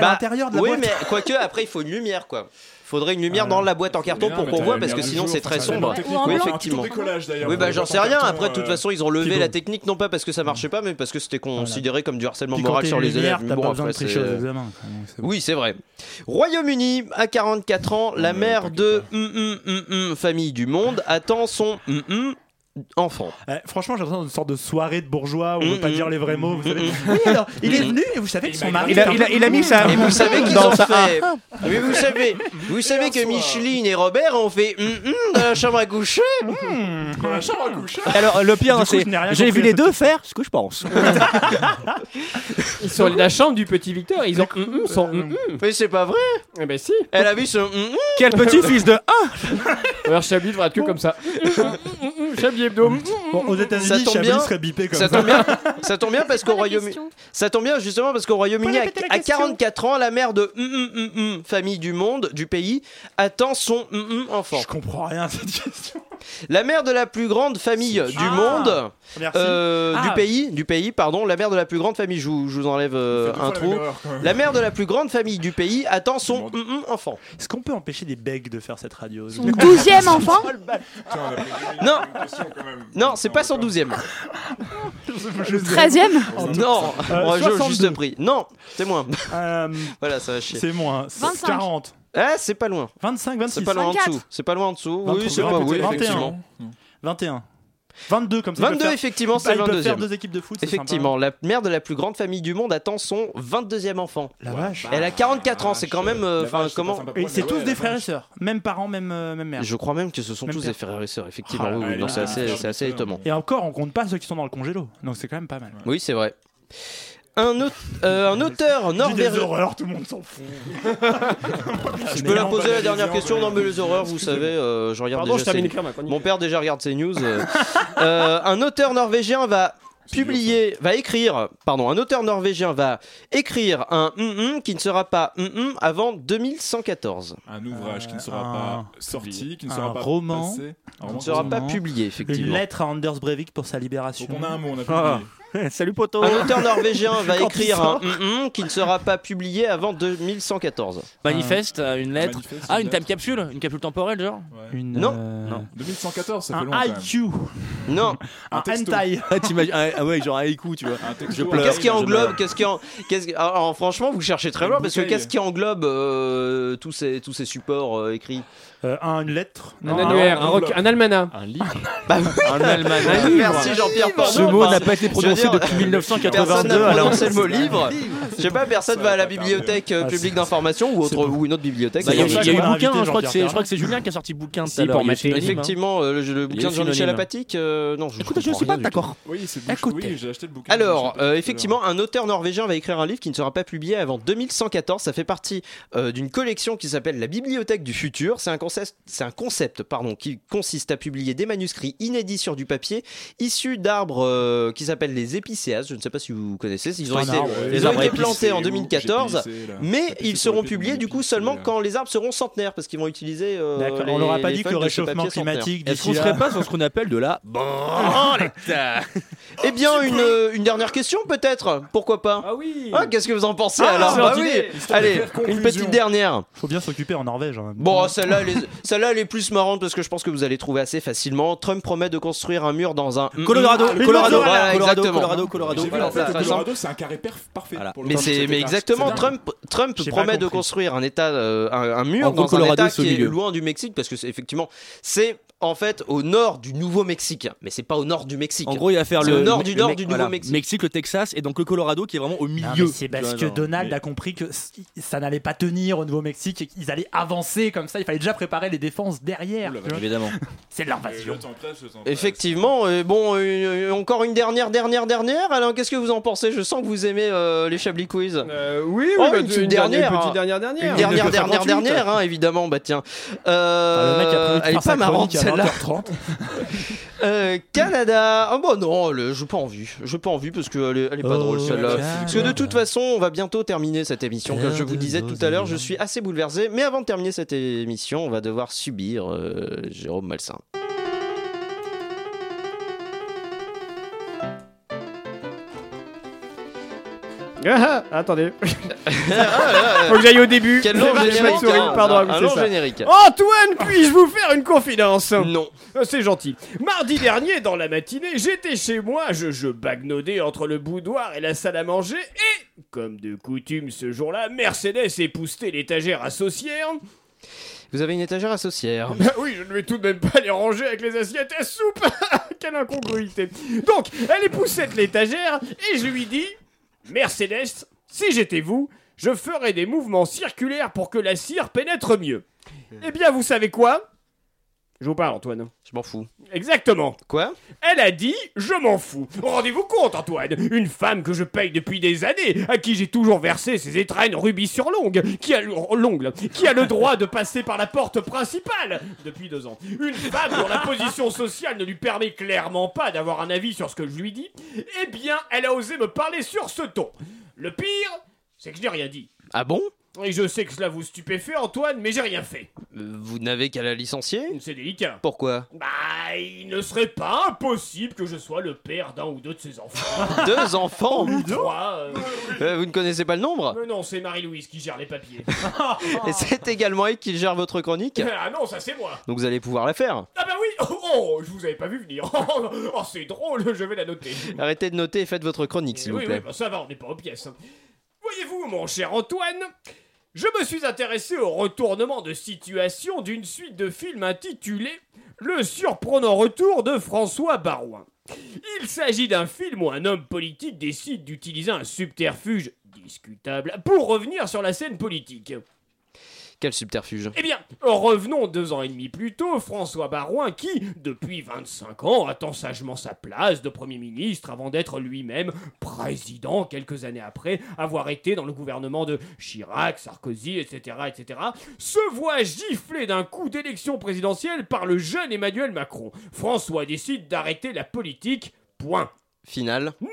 Speaker 1: mais quoique après il faut une lumière quoi. Faudrait une
Speaker 2: Ah.
Speaker 1: lumière dans la boîte en carton
Speaker 13: Mais
Speaker 1: pour
Speaker 13: non,
Speaker 1: qu'on
Speaker 13: mais
Speaker 1: voit
Speaker 13: t'as
Speaker 1: parce que
Speaker 13: la
Speaker 1: sinon
Speaker 13: lumière
Speaker 1: c'est
Speaker 13: du
Speaker 1: très
Speaker 13: jour,
Speaker 1: sombre.
Speaker 13: enfin, ça dépend.
Speaker 1: Oui,
Speaker 13: Ou en blanc.
Speaker 1: effectivement.
Speaker 13: Un petit bricolage, d'ailleurs,
Speaker 1: Oui,
Speaker 13: pour
Speaker 1: bah
Speaker 13: les
Speaker 1: j'en
Speaker 13: boîtes
Speaker 1: sais
Speaker 13: en
Speaker 1: rien.
Speaker 13: carton,
Speaker 1: Après, de toute
Speaker 13: euh,
Speaker 1: façon, ils ont levé
Speaker 13: Thibaut.
Speaker 1: la technique non pas parce que ça marchait pas, mais parce que c'était considéré comme du harcèlement
Speaker 2: Mm. Puis quand
Speaker 1: moral
Speaker 2: t'as
Speaker 1: sur
Speaker 2: une
Speaker 1: les
Speaker 2: lumière,
Speaker 1: élèves. Mais
Speaker 2: t'as
Speaker 1: bon,
Speaker 2: pas besoin de
Speaker 1: après,
Speaker 2: tricher
Speaker 1: c'est- euh,
Speaker 2: aux hein, examens.
Speaker 1: Oui, c'est vrai. Royaume-Uni, à 44 ans, la mère de hum, hum, hum, hum, famille du monde attend son hum, hum, enfant.
Speaker 2: Eh, franchement, j'ai l'impression d'une sorte de soirée de bourgeois où on peut pas
Speaker 1: Mm,
Speaker 2: dire
Speaker 1: mm,
Speaker 2: les vrais mots. Vous savez.
Speaker 1: mm.
Speaker 2: Oui, alors, il est venu et vous savez que son mari.
Speaker 1: Il a- il a- il a mis ça. Et vous savez qu'ils
Speaker 2: Ah Dans
Speaker 1: ont
Speaker 2: sa-
Speaker 1: fait.
Speaker 2: Ah.
Speaker 1: Mais vous savez, vous savez que Micheline et Robert ont fait hum, hum dans la chambre à coucher. Dans la chambre à coucher.
Speaker 11: Alors, le pire,
Speaker 1: Du coup,
Speaker 11: c'est.
Speaker 1: je n'ai rien
Speaker 11: J'ai
Speaker 1: compris
Speaker 11: vu
Speaker 1: à
Speaker 11: les
Speaker 1: cette
Speaker 11: deux faire ce que je pense.
Speaker 10: Ils sont allés à la chambre du petit Victor, ils ont hum, hum, son hum, hum.
Speaker 1: Mais c'est pas vrai
Speaker 10: Eh ben si
Speaker 1: Elle a vu ce mm,
Speaker 11: Quel petit fils de 1
Speaker 10: Alors Chablis devrait être que comme ça. Chablis Hebdo.
Speaker 2: Bon, aux États-Unis,
Speaker 1: Ça tombe
Speaker 2: Chablis
Speaker 1: bien.
Speaker 2: serait bipé comme
Speaker 1: ça
Speaker 2: ça.
Speaker 1: tombe bien. Ça tombe bien parce qu'au Royaume-Uni. Ça tombe bien justement parce qu'au Royaume-Uni, à, à 44 ans, la mère de hum, hum, hum, hum, famille du monde, du pays, attend son hum, hum, enfant. Je
Speaker 2: comprends rien à cette question.
Speaker 1: La mère de la plus grande famille du
Speaker 2: Ah,
Speaker 1: monde,
Speaker 2: merci.
Speaker 1: euh, du
Speaker 2: Ah.
Speaker 1: pays, du pays, pardon, la mère de la plus grande famille. Je vous, je vous enlève euh,
Speaker 2: deux
Speaker 1: un
Speaker 2: fois la
Speaker 1: trou.
Speaker 2: même erreur, quand même.
Speaker 1: La mère de la plus grande famille du pays attend son hum, hum, enfant.
Speaker 2: Est-ce qu'on peut empêcher des becs de faire cette radio
Speaker 22: Son douzième enfant
Speaker 1: Non, non, c'est pas son douzième.
Speaker 2: Le
Speaker 22: 13e
Speaker 1: Non,
Speaker 2: Euh,
Speaker 1: on rajoute
Speaker 2: 62.
Speaker 1: juste prix. Non, c'est moins. voilà, ça va chier.
Speaker 2: Euh, C'est moins. c'est
Speaker 1: 25.
Speaker 2: 40.
Speaker 1: Ah, c'est pas loin.
Speaker 2: 25, 26.
Speaker 1: C'est pas loin en
Speaker 2: 24.
Speaker 1: dessous. C'est pas loin en dessous. Oui,
Speaker 2: 23,
Speaker 1: c'est pas oui,
Speaker 2: peut-être. 21.
Speaker 1: effectivement.
Speaker 2: 21. 22 comme ça. ils peuvent
Speaker 1: 22
Speaker 2: faire-
Speaker 1: effectivement,
Speaker 2: Bah,
Speaker 1: c'est
Speaker 2: ils
Speaker 1: le
Speaker 2: peuvent
Speaker 1: 22
Speaker 2: faire deux équipes de foot. c'est
Speaker 1: Effectivement, la mère de la plus grande famille du monde attend son 22e enfant.
Speaker 2: La vache.
Speaker 1: Elle a 44 ans, c'est quand même euh, enfin comment
Speaker 2: sympa. Et ah, c'est tous des frères et sœurs, même parents, même euh, même mère.
Speaker 1: Je crois même que ce sont
Speaker 2: Même
Speaker 1: tous
Speaker 2: père.
Speaker 1: des frères et sœurs effectivement.
Speaker 2: Ah là
Speaker 1: oui,
Speaker 2: là
Speaker 1: oui,
Speaker 2: là
Speaker 1: donc c'est
Speaker 2: là là
Speaker 1: assez
Speaker 2: là
Speaker 1: c'est assez étonnant.
Speaker 2: Et encore, on compte pas ceux qui sont dans le congélo, donc c'est quand même pas mal.
Speaker 1: Oui, c'est vrai. Un, aute- euh, un auteur
Speaker 2: Dis des
Speaker 1: norvégien.
Speaker 2: horreurs, tout le monde s'en fout.
Speaker 1: Je peux la poser la dernière question Non, mais les horreurs, vous savez, euh, je regarde
Speaker 10: Pardon, je
Speaker 1: déjà.
Speaker 10: termine
Speaker 1: ces-
Speaker 10: d'écrire ma chronique.
Speaker 1: Mon père déjà regarde ces news. euh. Euh, un auteur norvégien va publier, va écrire, pardon, un auteur norvégien va écrire un hum hum qui ne sera pas hum hum avant 2114.
Speaker 13: Un ouvrage qui ne sera pas sorti, qui ne
Speaker 2: Euh, un
Speaker 13: sera pas
Speaker 2: roman.
Speaker 13: passé. Un
Speaker 1: Qui
Speaker 13: roman.
Speaker 1: ne sera pas
Speaker 2: roman.
Speaker 1: publié, effectivement.
Speaker 2: Une lettre à Anders Breivik pour sa libération.
Speaker 13: Donc on a un mot, on a
Speaker 2: Ah.
Speaker 11: Salut poteau.
Speaker 1: Un auteur norvégien va
Speaker 11: Quand il
Speaker 1: écrire un
Speaker 11: sort.
Speaker 1: hum hum qui ne sera pas publié avant 2114.
Speaker 11: Manifeste, euh, une lettre.
Speaker 1: Manifeste,
Speaker 11: Ah,
Speaker 1: une
Speaker 11: une time capsule Une capsule temporelle, genre
Speaker 2: Une,
Speaker 1: Non.
Speaker 2: euh,
Speaker 1: Non.
Speaker 13: 2114, ça
Speaker 2: un
Speaker 13: fait longtemps.
Speaker 2: IQ.
Speaker 1: Non.
Speaker 2: Un hentai.
Speaker 11: Ah, t'imagines- ah, ah ouais, genre un écoute, tu vois. Je pleure.
Speaker 1: Qu'est-ce qui
Speaker 11: Je
Speaker 1: englobe
Speaker 11: pleure.
Speaker 1: Qu'est-ce qui en... qu'est-ce qui- alors, alors, franchement, vous cherchez très loin parce que
Speaker 2: bouteille.
Speaker 1: qu'est-ce qui englobe euh, tous ces tous ces supports euh, écrits
Speaker 2: Euh, un- une lettre.
Speaker 10: Un annuaire, un, roc- un almanach.
Speaker 12: Un livre.
Speaker 1: Bah oui.
Speaker 10: Un almanach.
Speaker 1: Ah, Merci Jean-Pierre Porno.
Speaker 11: Ce mot
Speaker 1: Enfin,
Speaker 11: n'a pas été
Speaker 1: je veux
Speaker 11: prononcé
Speaker 1: dire,
Speaker 11: depuis 1982,
Speaker 1: Personne n'a
Speaker 11: alors.
Speaker 1: prononcé le mot livre. Je sais pas, personne va à la bibliothèque
Speaker 11: Ah,
Speaker 1: euh, publique d'information ou, autre, ou une autre bibliothèque.
Speaker 11: Bah, Il y a eu- il y a eu
Speaker 1: Voilà.
Speaker 11: bouquin, hein, je crois que c'est- je crois que c'est Julien qui a sorti bouquin tout à l'heure. il est synonyme, hein.
Speaker 1: Effectivement, euh, le, le
Speaker 11: Il est
Speaker 1: bouquin de Jean-Michel
Speaker 11: synonyme.
Speaker 1: Apathique. euh, non, je, Écoute,
Speaker 11: je suis pas d'accord.
Speaker 13: Oui, c'est le bouquin. Oui, j'ai acheté le bouquin.
Speaker 1: Alors, euh, effectivement, un auteur norvégien va écrire un livre qui ne sera pas publié avant 2114. Ça fait partie euh, d'une collection qui s'appelle La Bibliothèque du Futur. C'est un concept, c'est un concept pardon, qui consiste à publier des manuscrits inédits sur du papier, issus d'arbres euh, qui s'appellent les épicéas. Je ne sais pas si vous connaissez. Ils ont
Speaker 11: C'est un
Speaker 1: été,
Speaker 11: arbre, oui.
Speaker 1: ils
Speaker 11: Les
Speaker 1: ont
Speaker 11: arbres
Speaker 1: été
Speaker 11: épicés,
Speaker 1: plantés en 2014,
Speaker 2: j'ai
Speaker 13: Hein,
Speaker 2: glissé, là.
Speaker 1: mais ils seront publiés du coup seulement
Speaker 13: euh.
Speaker 1: quand les arbres seront centenaires, parce qu'ils vont utiliser. euh,
Speaker 2: D'accord,
Speaker 1: les-
Speaker 2: on leur a pas
Speaker 1: les
Speaker 2: dit que
Speaker 1: feuilles
Speaker 2: le
Speaker 1: de ce papier
Speaker 2: réchauffement
Speaker 1: centenaire.
Speaker 2: climatique.
Speaker 11: Est-ce qu'on serait pas sur ce qu'on appelle de la
Speaker 1: Eh bien, une, euh, une dernière question peut-être Pourquoi pas Ah
Speaker 10: oui
Speaker 1: Qu'est-ce que vous en pensez
Speaker 2: Ah,
Speaker 1: alors
Speaker 2: c'est
Speaker 1: Bah
Speaker 2: une
Speaker 1: oui.
Speaker 2: idée, histoire de
Speaker 1: Allez,
Speaker 2: faire conclusion.
Speaker 1: une petite dernière.
Speaker 2: Faut bien s'occuper en Norvège. hein.
Speaker 1: Bon, celle-là, elle est- celle-là, elle est plus marrante parce que je pense que vous allez trouver assez facilement. Trump promet de construire un mur dans un
Speaker 11: Colorado,
Speaker 1: Voilà, Mm,
Speaker 11: Colorado,
Speaker 1: voilà,
Speaker 11: Colorado,
Speaker 1: exactement.
Speaker 11: Colorado, Colorado.
Speaker 1: J'ai vu,
Speaker 11: Voilà,
Speaker 1: en fait,
Speaker 11: ça
Speaker 1: le
Speaker 11: ressemble.
Speaker 13: Colorado, c'est un carré perf parfait. pour le
Speaker 1: Mais
Speaker 13: temps que
Speaker 1: c'est
Speaker 13: c'était
Speaker 1: mais
Speaker 13: là.
Speaker 1: exactement
Speaker 13: C'est dingue.
Speaker 1: Trump Trump
Speaker 13: J'ai pas
Speaker 1: promet de
Speaker 13: compris.
Speaker 1: construire un état euh, un, un
Speaker 11: En
Speaker 1: mur
Speaker 11: gros,
Speaker 1: dans un
Speaker 11: Colorado,
Speaker 1: état
Speaker 11: c'est au
Speaker 1: qui est
Speaker 11: milieu.
Speaker 1: loin du Mexique parce que c'est effectivement c'est en fait au nord du Nouveau Mexique mais c'est pas au nord du Mexique.
Speaker 11: En gros, il va faire
Speaker 1: C'est
Speaker 11: le,
Speaker 1: au nord
Speaker 11: le-
Speaker 1: du
Speaker 11: le
Speaker 1: nord
Speaker 11: Mec-
Speaker 1: du Nouveau
Speaker 11: voilà,
Speaker 1: Mexique.
Speaker 11: le Texas et donc le Colorado qui est vraiment au
Speaker 2: Non,
Speaker 11: milieu.
Speaker 2: mais c'est parce que Donald a compris que c- ça n'allait pas tenir au Nouveau-Mexique et qu'ils allaient avancer comme ça. Il fallait déjà préparer les défenses derrière. tu vois.
Speaker 11: Évidemment.
Speaker 2: C'est de l'invasion.
Speaker 1: Effectivement, euh, bon, euh, euh, encore une dernière, dernière, dernière. Alain, qu'est-ce que vous en pensez Je sens que vous aimez euh, les Chablis Quiz.
Speaker 10: oui,
Speaker 1: Oh,
Speaker 10: bah,
Speaker 1: une,
Speaker 10: de-
Speaker 1: petite
Speaker 10: une
Speaker 1: dernière,
Speaker 10: dernière, petite
Speaker 1: hein.
Speaker 10: dernière, dernière.
Speaker 1: Une
Speaker 10: Une
Speaker 1: dernière,
Speaker 10: de
Speaker 1: dernière,
Speaker 10: 58.
Speaker 1: dernière, hein, évidemment. Bah tiens, Euh,
Speaker 2: Ah, le mec a prévu de
Speaker 1: elle
Speaker 2: faire
Speaker 1: est
Speaker 2: sa
Speaker 1: pas marrante
Speaker 2: chronique à
Speaker 1: celle-là.
Speaker 2: 20h30.
Speaker 1: Euh, Canada. Oh bah non, le- je n'ai pas envie. Je n'ai pas envie parce qu'elle est, elle est
Speaker 2: Euh,
Speaker 1: pas
Speaker 11: Oh,
Speaker 1: drôle celle-là.
Speaker 11: Canada.
Speaker 1: Parce que de
Speaker 10: euh,
Speaker 1: toute façon, on va bientôt terminer cette émission. Comme je vous disais tout à l'heure, je suis assez bouleversé. Mais avant de terminer cette émission, on va devoir subir euh, Jérôme Malsain.
Speaker 10: Ah, ah, attendez.
Speaker 1: Ah, Faut
Speaker 10: que j'aille au début.
Speaker 1: Quel long
Speaker 10: C'est vachement
Speaker 1: générique,
Speaker 10: sourire,
Speaker 1: hein.
Speaker 10: pardon,
Speaker 1: Un-
Speaker 10: à vous,
Speaker 1: un
Speaker 10: c'est
Speaker 1: long
Speaker 10: ça. Oh
Speaker 1: générique.
Speaker 10: Antoine, puis-je vous faire une confidence Euh,
Speaker 1: Non.
Speaker 10: C'est gentil. Mardi dernier, dans la matinée, j'étais chez moi, je, je bagnodais entre le boudoir et la salle à manger, et, comme de coutume ce jour-là, Mercedes époustait l'étagère associère.
Speaker 1: Vous avez une étagère associère.
Speaker 10: Bah oui, je ne vais tout de même pas les ranger avec les assiettes à soupe. Quelle incongruité. Donc, elle est poussette l'étagère et je lui dis Mercedes, si j'étais vous, je ferais des mouvements circulaires pour que la cire pénètre mieux. Eh bien, vous savez quoi Je vous parle, Antoine.
Speaker 1: Je m'en fous.
Speaker 10: Exactement.
Speaker 1: Quoi
Speaker 10: Elle a dit Je m'en fous. Rendez-vous compte, Antoine. Une femme que je paye depuis des années, à qui j'ai toujours versé ses étrennes rubis sur l'ongle, qui a, le- l'ongle, qui a le droit de passer par la porte principale depuis deux ans. Une femme dont la position sociale ne lui permet clairement pas d'avoir un avis sur ce que je lui dis. Eh bien, elle a osé me parler sur ce ton. Le pire, c'est que je n'ai rien dit.
Speaker 1: Ah bon
Speaker 10: Et je sais que cela vous stupéfait, Antoine, mais j'ai rien fait.
Speaker 1: Euh, Vous n'avez qu'à la licencier
Speaker 10: C'est délicat.
Speaker 1: Pourquoi
Speaker 10: Bah, il ne serait pas impossible que je sois le père d'un ou deux de ses enfants.
Speaker 1: Deux enfants
Speaker 10: Ou trois. euh.
Speaker 1: Euh, Vous ne connaissez pas le nombre
Speaker 10: Mais non, c'est Marie-Louise qui gère les papiers.
Speaker 1: Et c'est également elle qui gère votre chronique
Speaker 10: ah non, ça c'est moi.
Speaker 1: Donc vous allez pouvoir la faire.
Speaker 10: Ah bah oui, oh, oh, je vous avais pas vu venir. Oh, oh, c'est drôle, je vais la noter.
Speaker 1: Arrêtez de noter et faites votre chronique, s'il vous
Speaker 10: oui,
Speaker 1: plaît.
Speaker 10: oui, bah ça va, on n'est pas aux pièces. Voyez-vous, mon cher Antoine, je me suis intéressé au retournement de situation d'une suite de films intitulée Le surprenant retour de François Barouin. Il s'agit d'un film où un homme politique décide d'utiliser un subterfuge discutable pour revenir sur la scène politique.
Speaker 1: Quel subterfuge.
Speaker 10: Eh bien, revenons deux ans et demi plus tôt, François Barouin, qui, depuis 25 ans, attend sagement sa place de Premier ministre avant d'être lui-même président quelques années après, avoir été dans le gouvernement de Chirac, Sarkozy, etc., etc., se voit gifler d'un coup d'élection présidentielle par le jeune Emmanuel Macron. François décide d'arrêter la politique, point.
Speaker 1: Final.
Speaker 10: Non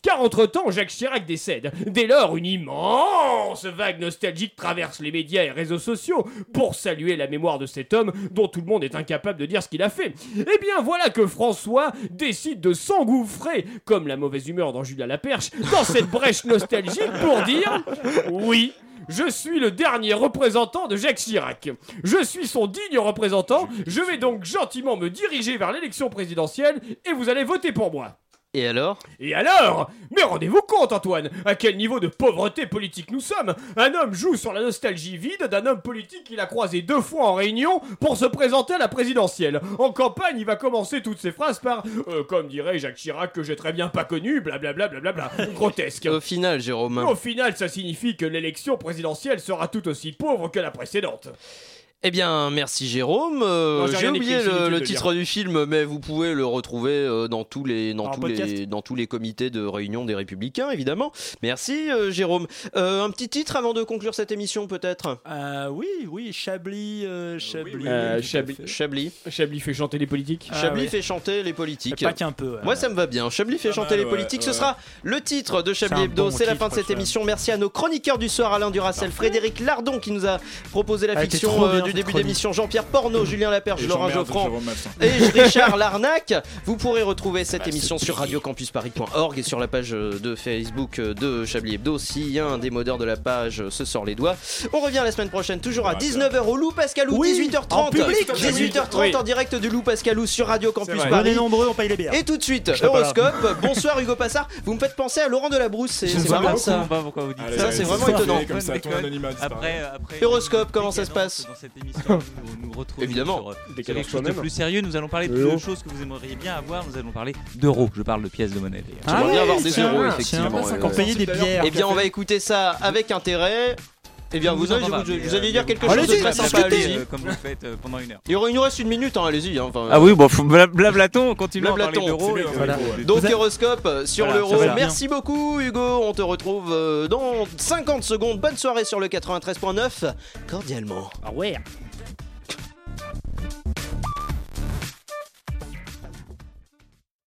Speaker 10: Car entre-temps, Jacques Chirac décède. Dès lors, une immense vague nostalgique traverse les médias et réseaux sociaux pour saluer la mémoire de cet homme dont tout le monde est incapable de dire ce qu'il a fait. Eh bien, voilà que François décide de s'engouffrer, comme la mauvaise humeur dans Julia Laperche, dans cette brèche nostalgique pour dire « Oui ». Je suis le dernier représentant de Jacques Chirac. Je suis son digne représentant. Je vais donc gentiment me diriger vers l'élection présidentielle et vous allez voter pour moi.
Speaker 1: Et alors
Speaker 10: Et alors Mais rendez-vous compte, Antoine, à quel niveau de pauvreté politique nous sommes Un homme joue sur la nostalgie vide d'un homme politique qu'il a croisé deux fois en réunion pour se présenter à la présidentielle. En campagne, il va commencer toutes ses phrases par euh, Comme dirait Jacques Chirac, que j'ai très bien pas connu, blablabla, blablabla. Grotesque.
Speaker 1: Au final,
Speaker 10: Oh
Speaker 1: Jérôme.
Speaker 10: Au final, ça signifie que l'élection présidentielle sera tout aussi pauvre que la précédente.
Speaker 1: Eh bien, merci Jérôme. Euh,
Speaker 2: Non, j'ai
Speaker 1: J'ai
Speaker 2: rien
Speaker 1: oublié
Speaker 2: écrit,
Speaker 1: le,
Speaker 2: inutile
Speaker 1: le
Speaker 2: de
Speaker 1: titre du film, mais vous pouvez le retrouver euh, dans tous les dans
Speaker 2: En
Speaker 1: tous les
Speaker 2: podcast.
Speaker 1: dans tous les comités de réunion des Républicains, évidemment. Merci euh, Jérôme. Euh, un petit titre avant de conclure cette émission, peut-être.
Speaker 2: Euh, oui, oui, Chablis, euh, Chablis.
Speaker 1: Euh, Chablis. Chablis.
Speaker 10: fait chanter les politiques.
Speaker 2: Ah,
Speaker 1: Chablis
Speaker 2: ouais.
Speaker 1: fait chanter les politiques.
Speaker 2: Et pas qu'un peu, ouais.
Speaker 1: Moi, ça me va bien. Chablis fait
Speaker 2: Pas
Speaker 1: chanter
Speaker 2: mal,
Speaker 1: les
Speaker 2: ouais,
Speaker 1: politiques.
Speaker 2: ouais.
Speaker 1: Ce sera le titre de
Speaker 2: C'est
Speaker 1: Chablis
Speaker 2: un
Speaker 1: Hebdo.
Speaker 2: bon
Speaker 1: C'est la
Speaker 2: titre,
Speaker 1: fin de cette
Speaker 2: Fred.
Speaker 1: émission. Merci à nos chroniqueurs du soir, Alain Duracel, Frédéric Lardon qui nous a proposé la
Speaker 2: Elle était
Speaker 1: fiction
Speaker 2: trop
Speaker 1: euh,
Speaker 2: bien,
Speaker 1: du
Speaker 2: cette
Speaker 1: début
Speaker 2: chronique. Mmh.
Speaker 1: d'émission, Jean-Pierre Porno, Julien Laperche,
Speaker 2: Et
Speaker 1: Laurent
Speaker 2: Jean-Merde,
Speaker 1: Geoffran
Speaker 2: Jérôme Massin.
Speaker 1: et Richard Larnac. Vous pourrez retrouver cette émission sur radiocampusparis.org et sur la page euh, de Facebook euh, de Chablis Hebdo si un des modeurs de la page euh, se sort les doigts. On revient la semaine prochaine, toujours à 19h au Loup Pascalou,
Speaker 2: Oui,
Speaker 1: 18h30.
Speaker 2: en public.
Speaker 1: 18h30
Speaker 2: Oui.
Speaker 1: en direct du Loup Pascalou sur Radio Campus
Speaker 2: vrai.
Speaker 1: Paris.
Speaker 2: On est nombreux, on paye les bières.
Speaker 1: Et tout de suite,
Speaker 2: Je serai pas là.
Speaker 1: horoscope. Bonsoir Hugo Passard. Vous me faites penser à Laurent Delabrousse. C'est
Speaker 2: Je ne
Speaker 1: c'est
Speaker 2: sais
Speaker 1: marrant
Speaker 2: pas
Speaker 1: ça.
Speaker 2: pourquoi- pas pourquoi vous dites
Speaker 1: Allez,
Speaker 2: ça.
Speaker 1: ça, c'est
Speaker 2: Allez,
Speaker 1: vraiment
Speaker 2: ça,
Speaker 1: étonnant.
Speaker 2: comme ça, ton anonymat disparaît.
Speaker 19: Après, après
Speaker 1: euh, Horoscope, comment ça se passe
Speaker 19: Dans cette émission, nous, nous retrouvons
Speaker 1: Évidemment.
Speaker 19: sur, euh, sur
Speaker 1: Décalage
Speaker 19: quelque chose de
Speaker 1: soi-même.
Speaker 19: plus sérieux. Nous allons parler de
Speaker 1: Hello.
Speaker 19: deux choses que vous aimeriez bien avoir. Nous allons parler d'euros. Je parle de pièces de monnaie.
Speaker 2: Ah
Speaker 19: d'ailleurs.
Speaker 1: J'aimerais bien avoir des
Speaker 19: tiens,
Speaker 1: euros,
Speaker 19: tiens,
Speaker 1: effectivement.
Speaker 19: pas
Speaker 1: ouais,
Speaker 19: 50
Speaker 1: ouais.
Speaker 19: centimes
Speaker 1: Eh
Speaker 19: d'ailleurs.
Speaker 1: Eh bien, on va écouter ça avec intérêt. Eh bien,
Speaker 19: Nous
Speaker 1: vous,
Speaker 19: en
Speaker 1: allez,
Speaker 19: parlera,
Speaker 1: vous-
Speaker 19: mais,
Speaker 1: vous allez
Speaker 19: euh,
Speaker 1: dire
Speaker 19: mais
Speaker 1: quelque
Speaker 19: vous
Speaker 1: chose de
Speaker 19: parlez-y,
Speaker 1: très
Speaker 19: discutez,
Speaker 1: sympa, allez-y.
Speaker 19: euh, Comme vous le faites euh, pendant une heure.
Speaker 1: Il y aura- il nous reste une minute, hein, allez-y. hein, enfin-
Speaker 19: Ah oui, bon, faut- bla- blablaton, on continue à
Speaker 1: Blablaton,
Speaker 19: parler d'euros,
Speaker 1: c'est
Speaker 19: et
Speaker 1: bien,
Speaker 19: de-
Speaker 1: voilà.
Speaker 19: de-
Speaker 1: Donc,
Speaker 19: Vous a-
Speaker 1: horoscope euh, sur
Speaker 19: Voilà,
Speaker 1: l'euro.
Speaker 19: ça va.
Speaker 1: Merci beaucoup, Hugo. On te retrouve euh, dans 50 secondes. Bonne soirée sur le 93.9. Cordialement.
Speaker 2: Ah ouais.